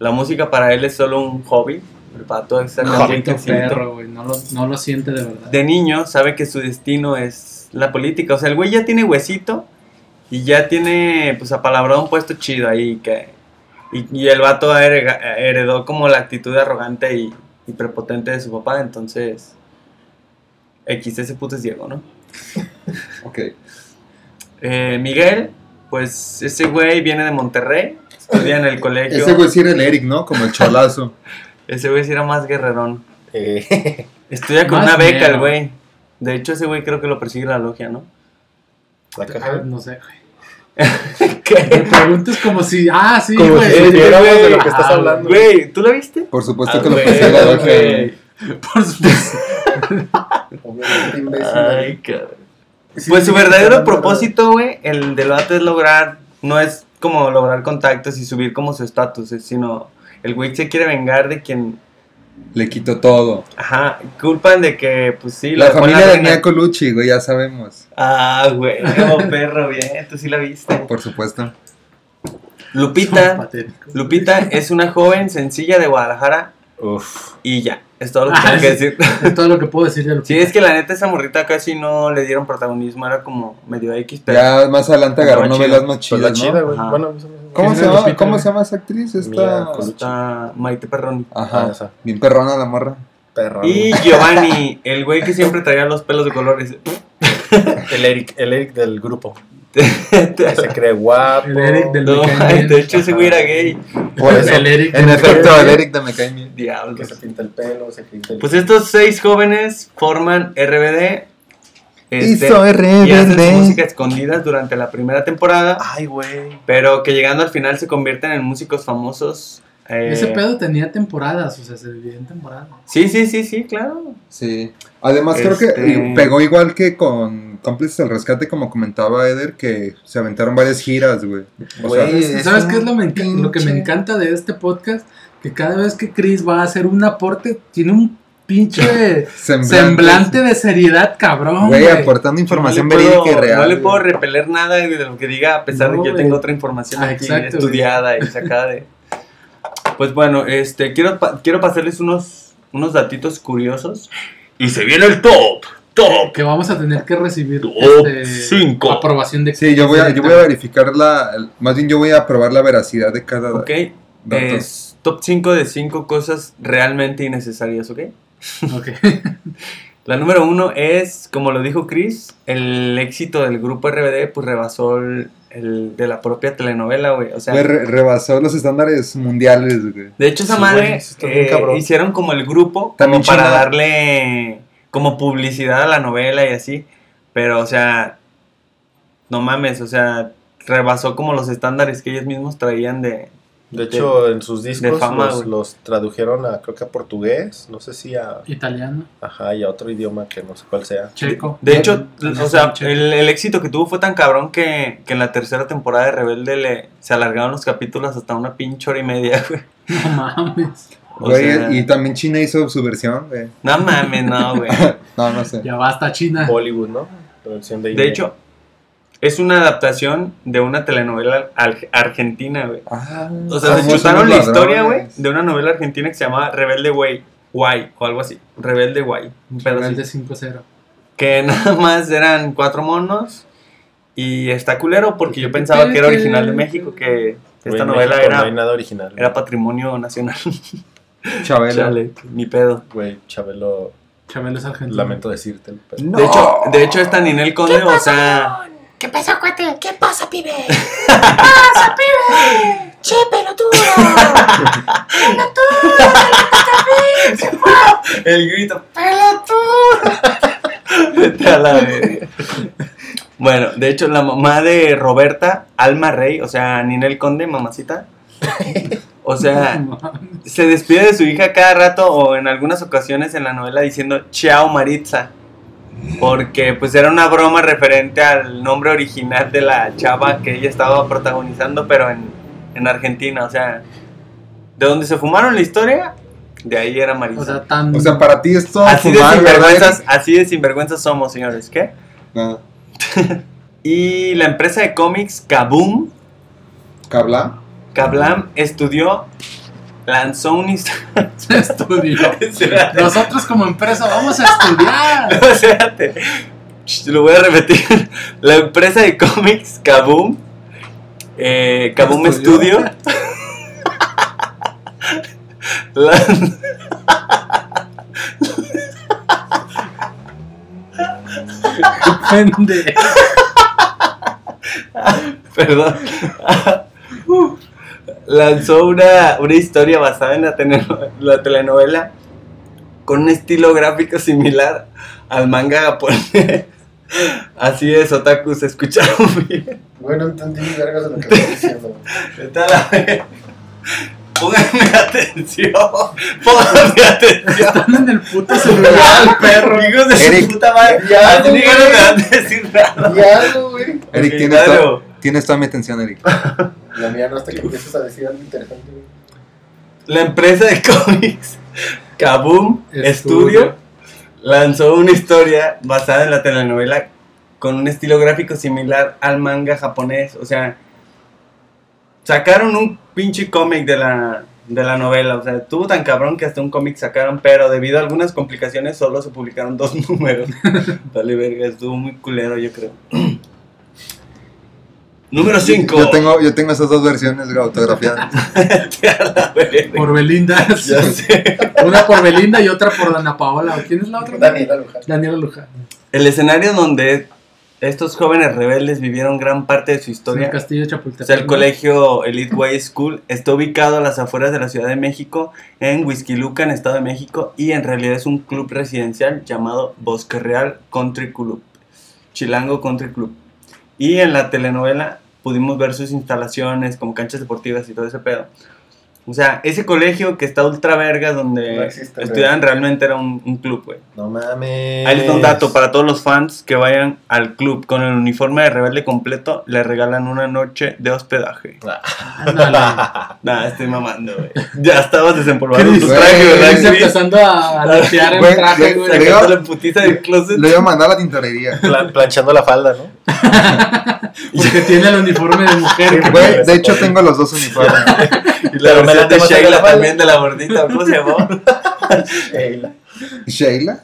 La música para él es solo un hobby. El pato es Maldito externamente perro, güey. No lo, no lo siente de verdad. de niño sabe que su destino es la política. O sea, el güey ya tiene huesito y ya tiene, pues, apalabrado un puesto chido ahí. Que, y, y el vato herega- heredó como la actitud arrogante y, y prepotente de su papá. Entonces, X, ese puto es Diego, ¿no? Ok. Eh, Miguel, pues, ese güey viene de Monterrey, estudia en el colegio. Ese güey sí era el Eric, ¿no? Como el cholazo. Ese güey sí era más guerrerón. Eh, *laughs* Estudia con Más una beca el mero. güey. De hecho, ese güey creo que lo persigue la logia, ¿no? la Ah, caja. No sé, güey. ¿Qué? Me preguntas como si. Ah, sí, Como si güey. supiéramos de lo que Ah, estás hablando. Güey, ¿tú lo viste? Por supuesto Ah, que lo güey, pensé la doble. güey. Por supuesto. Obviamente, imbécil. Ay, cabrón. Sí, Pues su sí, sí, verdadero sí, propósito, güey, el del vato es lograr, no es como lograr contactos y subir como su estatus, eh, sino el güey se quiere vengar de quien, Le quitó todo. ajá, culpan de que, pues sí, lo la dejó en familia de ruina. Nia Colucci, güey, ya sabemos. Ah, güey, oh, *laughs* perro, bien, tú sí la viste. Por supuesto. *laughs* Lupita, Patético. Lupita es una joven sencilla de Guadalajara Uf. y ya, es todo lo Ah, que tengo que decir. Es todo lo que puedo decir de lo Sí, es que la neta esa morrita casi no le dieron protagonismo, era como medio X, pero... Ya más adelante agarró Estaba novelas chido. más Pues la chidas, chida, ¿no? güey. Ajá. Bueno, eso no- ¿Cómo ¿Quién se, es llama, Lupita, ¿Cómo güey? se llama esa actriz? Mia Esta... Colucci. Está Maite Perroni. Ah, Ajá. esa. Bien perrona la morra. Perro. Y Giovanni, el güey que siempre traía los pelos de colores. *laughs* El Eric, el Eric del grupo. Que se *laughs* cree guapo. El Eric del- *laughs* No, ay, de hecho ese güey era gay. *laughs* Por eso. El Eric. En Este- efecto, el Eric de Me Cae Bien. Que se Diablos. pinta el pelo, se pinta el Pues estos seis jóvenes forman RBD. este, Hizo y hacen su música RBD. escondidas durante la primera temporada, Ay, güey. pero que llegando al final se convierten en músicos famosos. eh, Ese pedo tenía temporadas, o sea, se dividía en temporadas. Sí, sí, sí, sí, claro. Sí. Además, creo que Este- eh, pegó igual que con Cómplices del Rescate, como comentaba Eder, que se aventaron varias giras, güey. O sea, Güey, es ¿Sabes un qué es lo, me enca- lo que me pinche- encanta de este podcast? Que cada vez que Chris va a hacer un aporte, tiene un pinche *laughs* semblante. semblante de seriedad, cabrón. Güey, güey. aportando información No le verídica puedo- y real. No le puedo güey. repeler nada de lo que diga, a pesar No, de que yo güey. tengo otra información Ah, aquí exacto, estudiada y sacada de. Pues bueno, este, quiero, pa- quiero pasarles unos, unos datitos curiosos. Y se viene el top, top. Que vamos a tener que recibir Top este, Oh, cinco. aprobación de Sí, yo voy, a, yo voy a verificar la. el- Más bien, yo voy a probar la veracidad de cada. Ok, dato. es top 5 de 5 cosas realmente innecesarias, ¿ok? Ok. *laughs* La número uno es, como lo dijo Chris, el éxito del grupo RBD pues rebasó el, el de la propia telenovela, güey. O sea, Güey, re- rebasó los estándares mundiales, güey. De hecho, esa Sí, güey, madre eso está bien eh, cabrón. hicieron como el grupo También como para chingada. darle como publicidad a la novela y así. Pero, o sea, no mames, o sea, rebasó como los estándares que ellos mismos traían de. De hecho, en sus discos fama, los, güey. los tradujeron a, creo que a portugués, no sé si a, Italiano, ajá, y a otro idioma que no sé cuál sea. checo. De hecho, Ajá, o sea, checo. el, el éxito que tuvo fue tan cabrón que, que en la tercera temporada de Rebelde le, se alargaron los capítulos hasta una pinche hora y media, *laughs* güey. No mames. O Güey, sea, y también China hizo su versión, güey. *laughs* No mames, no, güey. No, no sé. Ya basta, China. Bollywood, ¿no? La versión Ah. De India. hecho, es una adaptación de una telenovela al- argentina, güey. Ah, O sea, se somos chutaron la unos historia, güey, ladrones. de una novela argentina que se llama Rebelde Güey, Guay, o algo así. Rebelde Guay. un pedo así. Nivel de 5-0. Que nada más eran cuatro monos. Y está culero porque yo pensaba que era original de México, que Güey, esta en novela México No hay era, nada original. era patrimonio nacional. Chabela. Chale, ni pedo. Güey, Chabelo, Chabelo es argentino. *laughs* lamento decírtelo, pero... De hecho, de hecho esta Ninel Conde, o sea, ¿Qué pasa, cuate? ¿Qué pasa, pibe? ¿Qué pasa, pibe? Che, pelotudo. el grito. Pelotudo. A la verga. bueno, de hecho, la mamá de Roberta, Alma Rey, o sea, Ninel Conde, mamacita. O sea, se despide de su hija cada rato o en algunas ocasiones en la novela diciendo Chao Maritza. Porque pues era una broma referente al nombre original de la chava que ella estaba protagonizando, pero en, en Argentina. O sea, de donde se fumaron la historia, de ahí era Maritza. O sea, tan. O sea, para ti esto Así de, fumar, sinvergüenzas, ¿verdad? así de sinvergüenzas somos, señores. ¿Qué? No. Y la empresa de cómics Kaboom, ¿Cabla? Kablam, estudió, lanzó un *laughs* Instagram. *laughs* *laughs* estudio. Nosotros como empresa vamos a estudiar. Espérate. Shh, Lo voy a repetir. *laughs* La empresa de cómics Kaboom, eh, Kaboom Estudió. Studio, lan- Depende. *laughs* Perdón. Uh, Lanzó una, una historia basada en la, teleno- la telenovela con un estilo gráfico similar al manga japonés. Así es, otaku, se escucharon bien. Bueno, entendí ni vergas de lo que estoy diciendo. Está la vez. Pónganme atención. Pónganme atención. Están en el puto celular. perro. Hijos de su Eric. puta madre. Ya, Así ni güey. ganas me dan de decir nada. Diablo, güey. Eric, Ok, Ah, tienes, to- claro. tienes toda mi atención, Eric. La mía no hasta que empieces a decir algo interesante. güey. La empresa de *laughs* cómics Kaboom Studio Estudio. lanzó una historia basada en la telenovela con un estilo gráfico similar al manga japonés. O sea, sacaron un pinche cómic de la, de la novela. O sea, estuvo tan cabrón que hasta un cómic sacaron, pero debido a algunas complicaciones solo se publicaron dos *laughs* números. Dale verga, estuvo muy culero, yo creo. *clears throat* Número 5. Yo tengo, yo tengo esas dos versiones güey, *laughs* autografiadas. Por Belinda. Ya sé. Una por Belinda y otra por Dana Paola. ¿Quién es la otra? Daniela Luján. Daniela Luján. El escenario donde estos jóvenes rebeldes vivieron gran parte de su En el historia, Castillo de o Chapultepec. sea, el ¿no? colegio Elite Way School, está ubicado a las afueras de la Ciudad de México, en Huizquiluca, en Estado de México, y en realidad es un club residencial llamado Bosque Real Country Club, Chilango Country Club. Y en la telenovela pudimos ver sus instalaciones, como canchas deportivas y todo ese pedo. O sea, ese colegio que está ultra verga, donde No existe, estudiaban realmente era un, un club, güey. No mames. Ahí les da un dato para todos los fans que vayan al club con el uniforme de rebelde completo, le regalan una noche de hospedaje. Ándale. *laughs* Nah, estoy mamando, güey. *laughs* Ya estabas desempolvando tu Güey, traje, ¿verdad, Está Chris? empezando a limpiar Güey, el traje, güey, güey. güey. Sacando la putiza del closet. Lo iba a mandar a la tintorería. Pla- planchando la falda, ¿no? Porque tiene el uniforme de mujer. güey. Güey, de hecho tengo los dos *laughs* uniformes. Y la Pero me la versión de tengo Sheila sacada. también de la gordita. ¿Cómo se *laughs* llamó? *laughs* Sheila. ¿Sheila?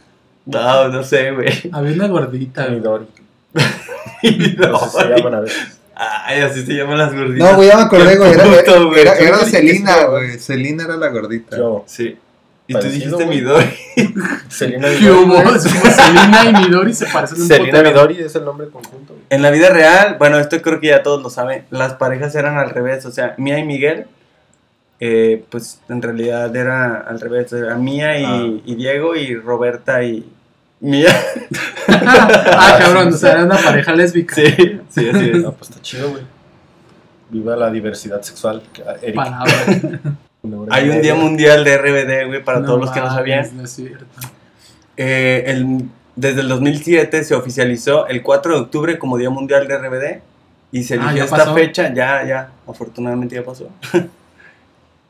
No, no sé, güey. *laughs* Había una gordita, güey. Midori. No, No sé si se llaman a veces. Ay, así se llaman las gorditas. No, güey, ya me acordé, güey. Era, Puto, güey. era, era Celina, güey. Celina era la gordita. Yo. Sí. Y tú Parecido, dijiste güey. Midori. Selena ¿Qué Midori. hubo? Es como Selena y Midori se parecen un Selena poco. *laughs* Midori es el nombre conjunto. güey. En la vida real, bueno, esto creo que ya todos lo saben, las parejas eran al revés, o sea, Mía y Miguel, eh, pues en realidad era al revés, era Mía y, Ah. y Diego y Roberta y Mía. *laughs* ah, cabrón, o sea, era una pareja lésbica. Sí, sí, así es. No, pues está chido, güey. Viva la diversidad sexual. Ah, Eric. Palabra. Hay un día mundial de RBD, güey, para todos los que no mames, sabían. No es cierto. Eh, el- desde el 2007 se oficializó el 4 de octubre como Día Mundial de RBD y se Ah, eligió ya esta pasó. fecha, ya, ya, afortunadamente ya pasó. *laughs*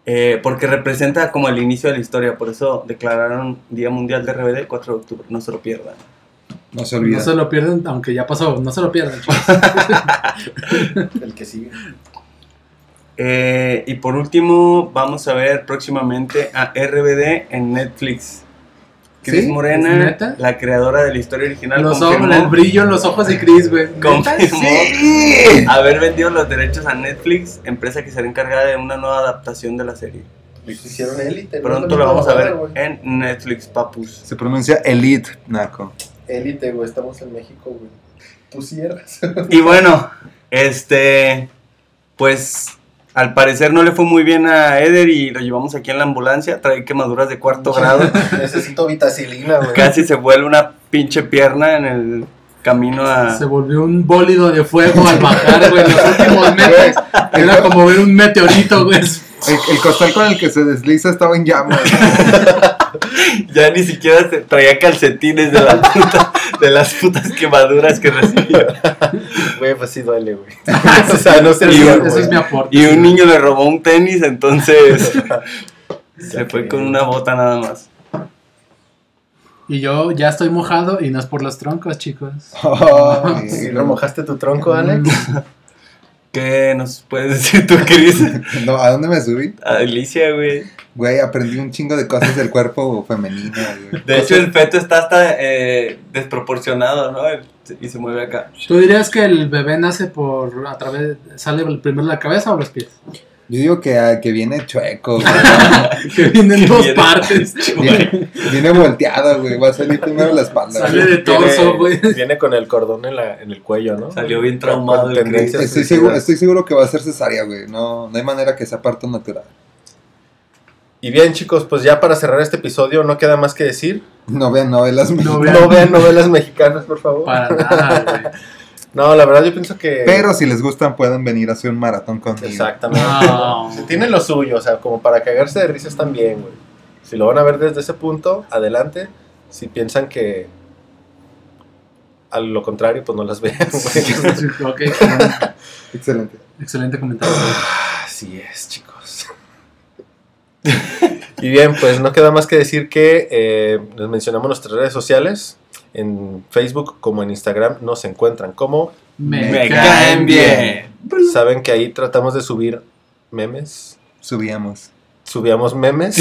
Eh, porque representa como el inicio de la historia, por eso declararon Día Mundial de RBD el 4 de octubre, no se lo pierdan. No se No olvida. se lo pierden, aunque ya pasó. No se lo *laughs* pierdan, chicos. El que sigue. Eh, y por último, vamos a ver próximamente a RBD en Netflix. Cris ¿Sí? Morena, ¿Neta? la creadora de la historia original, Los ojos, confirmó- el brillo en los ojos de Chris, güey. confirmó haber vendido los derechos a Netflix, empresa que será encargada de una nueva adaptación de la serie. Pues Hicieron élite. ¿no? Pronto También la vamos a ver güey. en Netflix, papus. Se pronuncia Elite, Naco. Élite, güey. Estamos en México, güey. Tú cierras. Y bueno, este, pues Al parecer no le fue muy bien a Eder y lo llevamos aquí en la ambulancia. Trae quemaduras de cuarto *laughs* grado. Necesito vitacilina, güey. Casi se vuelve una pinche pierna en el camino a... Se volvió un bólido de fuego al bajar, güey, los últimos metros. Era como ver un meteorito, güey. El, el costal con el que se desliza estaba *laughs* en llamas. Ya ni siquiera se- traía calcetines de, la puta- de las putas quemaduras que recibió. *laughs* Güey, pues sí duele, güey. o sea, no *laughs* se Y rían, un- Ese es mi güey. aporte. Y un niño le robó un tenis, entonces *laughs* se Ya fue que- con una bota nada más. Y yo ya estoy mojado y no es por los troncos, chicos. Ay, Sí, remojaste tu tronco, Alex. ¿Qué nos puedes decir tú, Cris? no, ¿a dónde me subí? Alicia, güey. Güey, aprendí un chingo de cosas del cuerpo femenino, güey. De hecho, el feto está hasta eh, desproporcionado, ¿no? El- Y se mueve *laughs* acá. ¿Tú dirías que el bebé nace por a través sale primero la cabeza o los pies? Yo digo que, ah, que viene *laughs* chueco, güey. Que vienen Que dos viene- *laughs* partes. *laughs* Viene, viene volteado, güey. Va a salir primero la espalda. Sale güey. de torso, güey. Viene, viene con el cordón en, la, en el cuello, ¿no? Salió bien Con- con traumado el tendencias Estoy suicidas. seguro, estoy seguro que va a ser cesárea, güey. No, no hay manera que sea parto natural. Y bien, chicos, pues ya para cerrar este episodio, no queda más que decir. No vean novelas No mexicanas. vean No vean novelas mexicanas, por favor. para nada, güey. No, la verdad, yo pienso que. Pero si les gustan, pueden venir a hacer un maratón conmigo. Exactamente. *laughs* No. Se tienen lo suyo, o sea, como para cagarse de risas también, güey. Si lo van a ver desde ese punto, adelante. Si piensan que. A lo contrario, pues no las vean, güey. Ok, bueno, Excelente. excelente comentario. Así es, chicos. y bien, pues no queda más que decir que eh, les mencionamos nuestras redes sociales. En Facebook como en Instagram nos encuentran como. Me, Me caen caen bien. bien. Saben que ahí tratamos de subir memes. Subíamos. *laughs* Subíamos memes.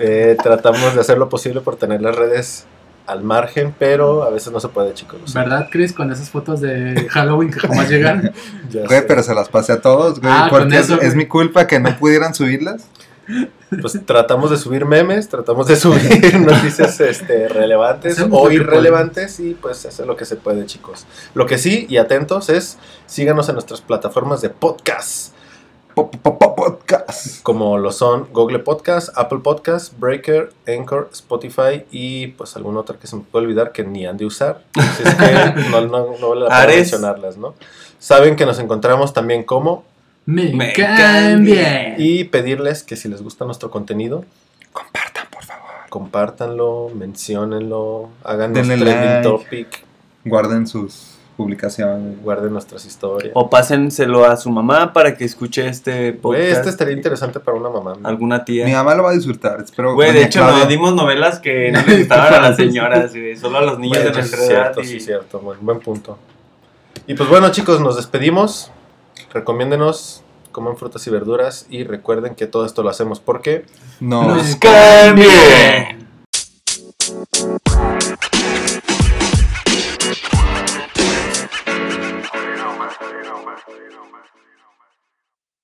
Eh, tratamos de hacer lo posible por tener las redes al margen, pero a veces no se puede, chicos. lo sé. ¿Verdad, Chris? Con esas fotos de Halloween que jamás *laughs* llegaron. Ya Güey, sé. pero se las pasé a todos, güey. Ah, con porque es, eso, güey. es mi culpa que no pudieran subirlas. Pues tratamos de subir memes, tratamos de subir *laughs* noticias este, relevantes Hacemos o lo que irrelevantes y pues hacer lo que se puede, chicos. Lo que sí, y atentos, es síganos en nuestras plataformas de podcast, Po- po- po- po- Podcast. como lo son Google Podcast, Apple Podcast, Breaker, Anchor, Spotify y pues alguna otra que se me puede olvidar que ni han de usar. Así *laughs* es que no, no, no vale la pena Ares. mencionarlas, ¿no? Saben que nos encontramos también como Me, Me caen caen bien. y pedirles que si les gusta nuestro contenido, Compartan, por favor. compártanlo, menciónenlo, hagan Denle trending like. topic, Guarden sus publicaciones. guarden nuestras historias. O pásenselo a su mamá para que escuche este Güey, podcast. este estaría interesante para una mamá. ¿no? Alguna Mi tía. mamá lo va a disfrutar. Espero Güey, de Doña hecho, Claudia- nos dimos novelas *laughs* que no les gustaban a las señoras, güey. Solo a los niños de Bueno, nuestra sí, cierto, edad. sí, y- cierto, buen, buen punto. Y pues bueno, chicos, nos despedimos. Recomiéndenos, coman frutas y verduras y recuerden que todo esto lo hacemos porque No. Nos caen bien.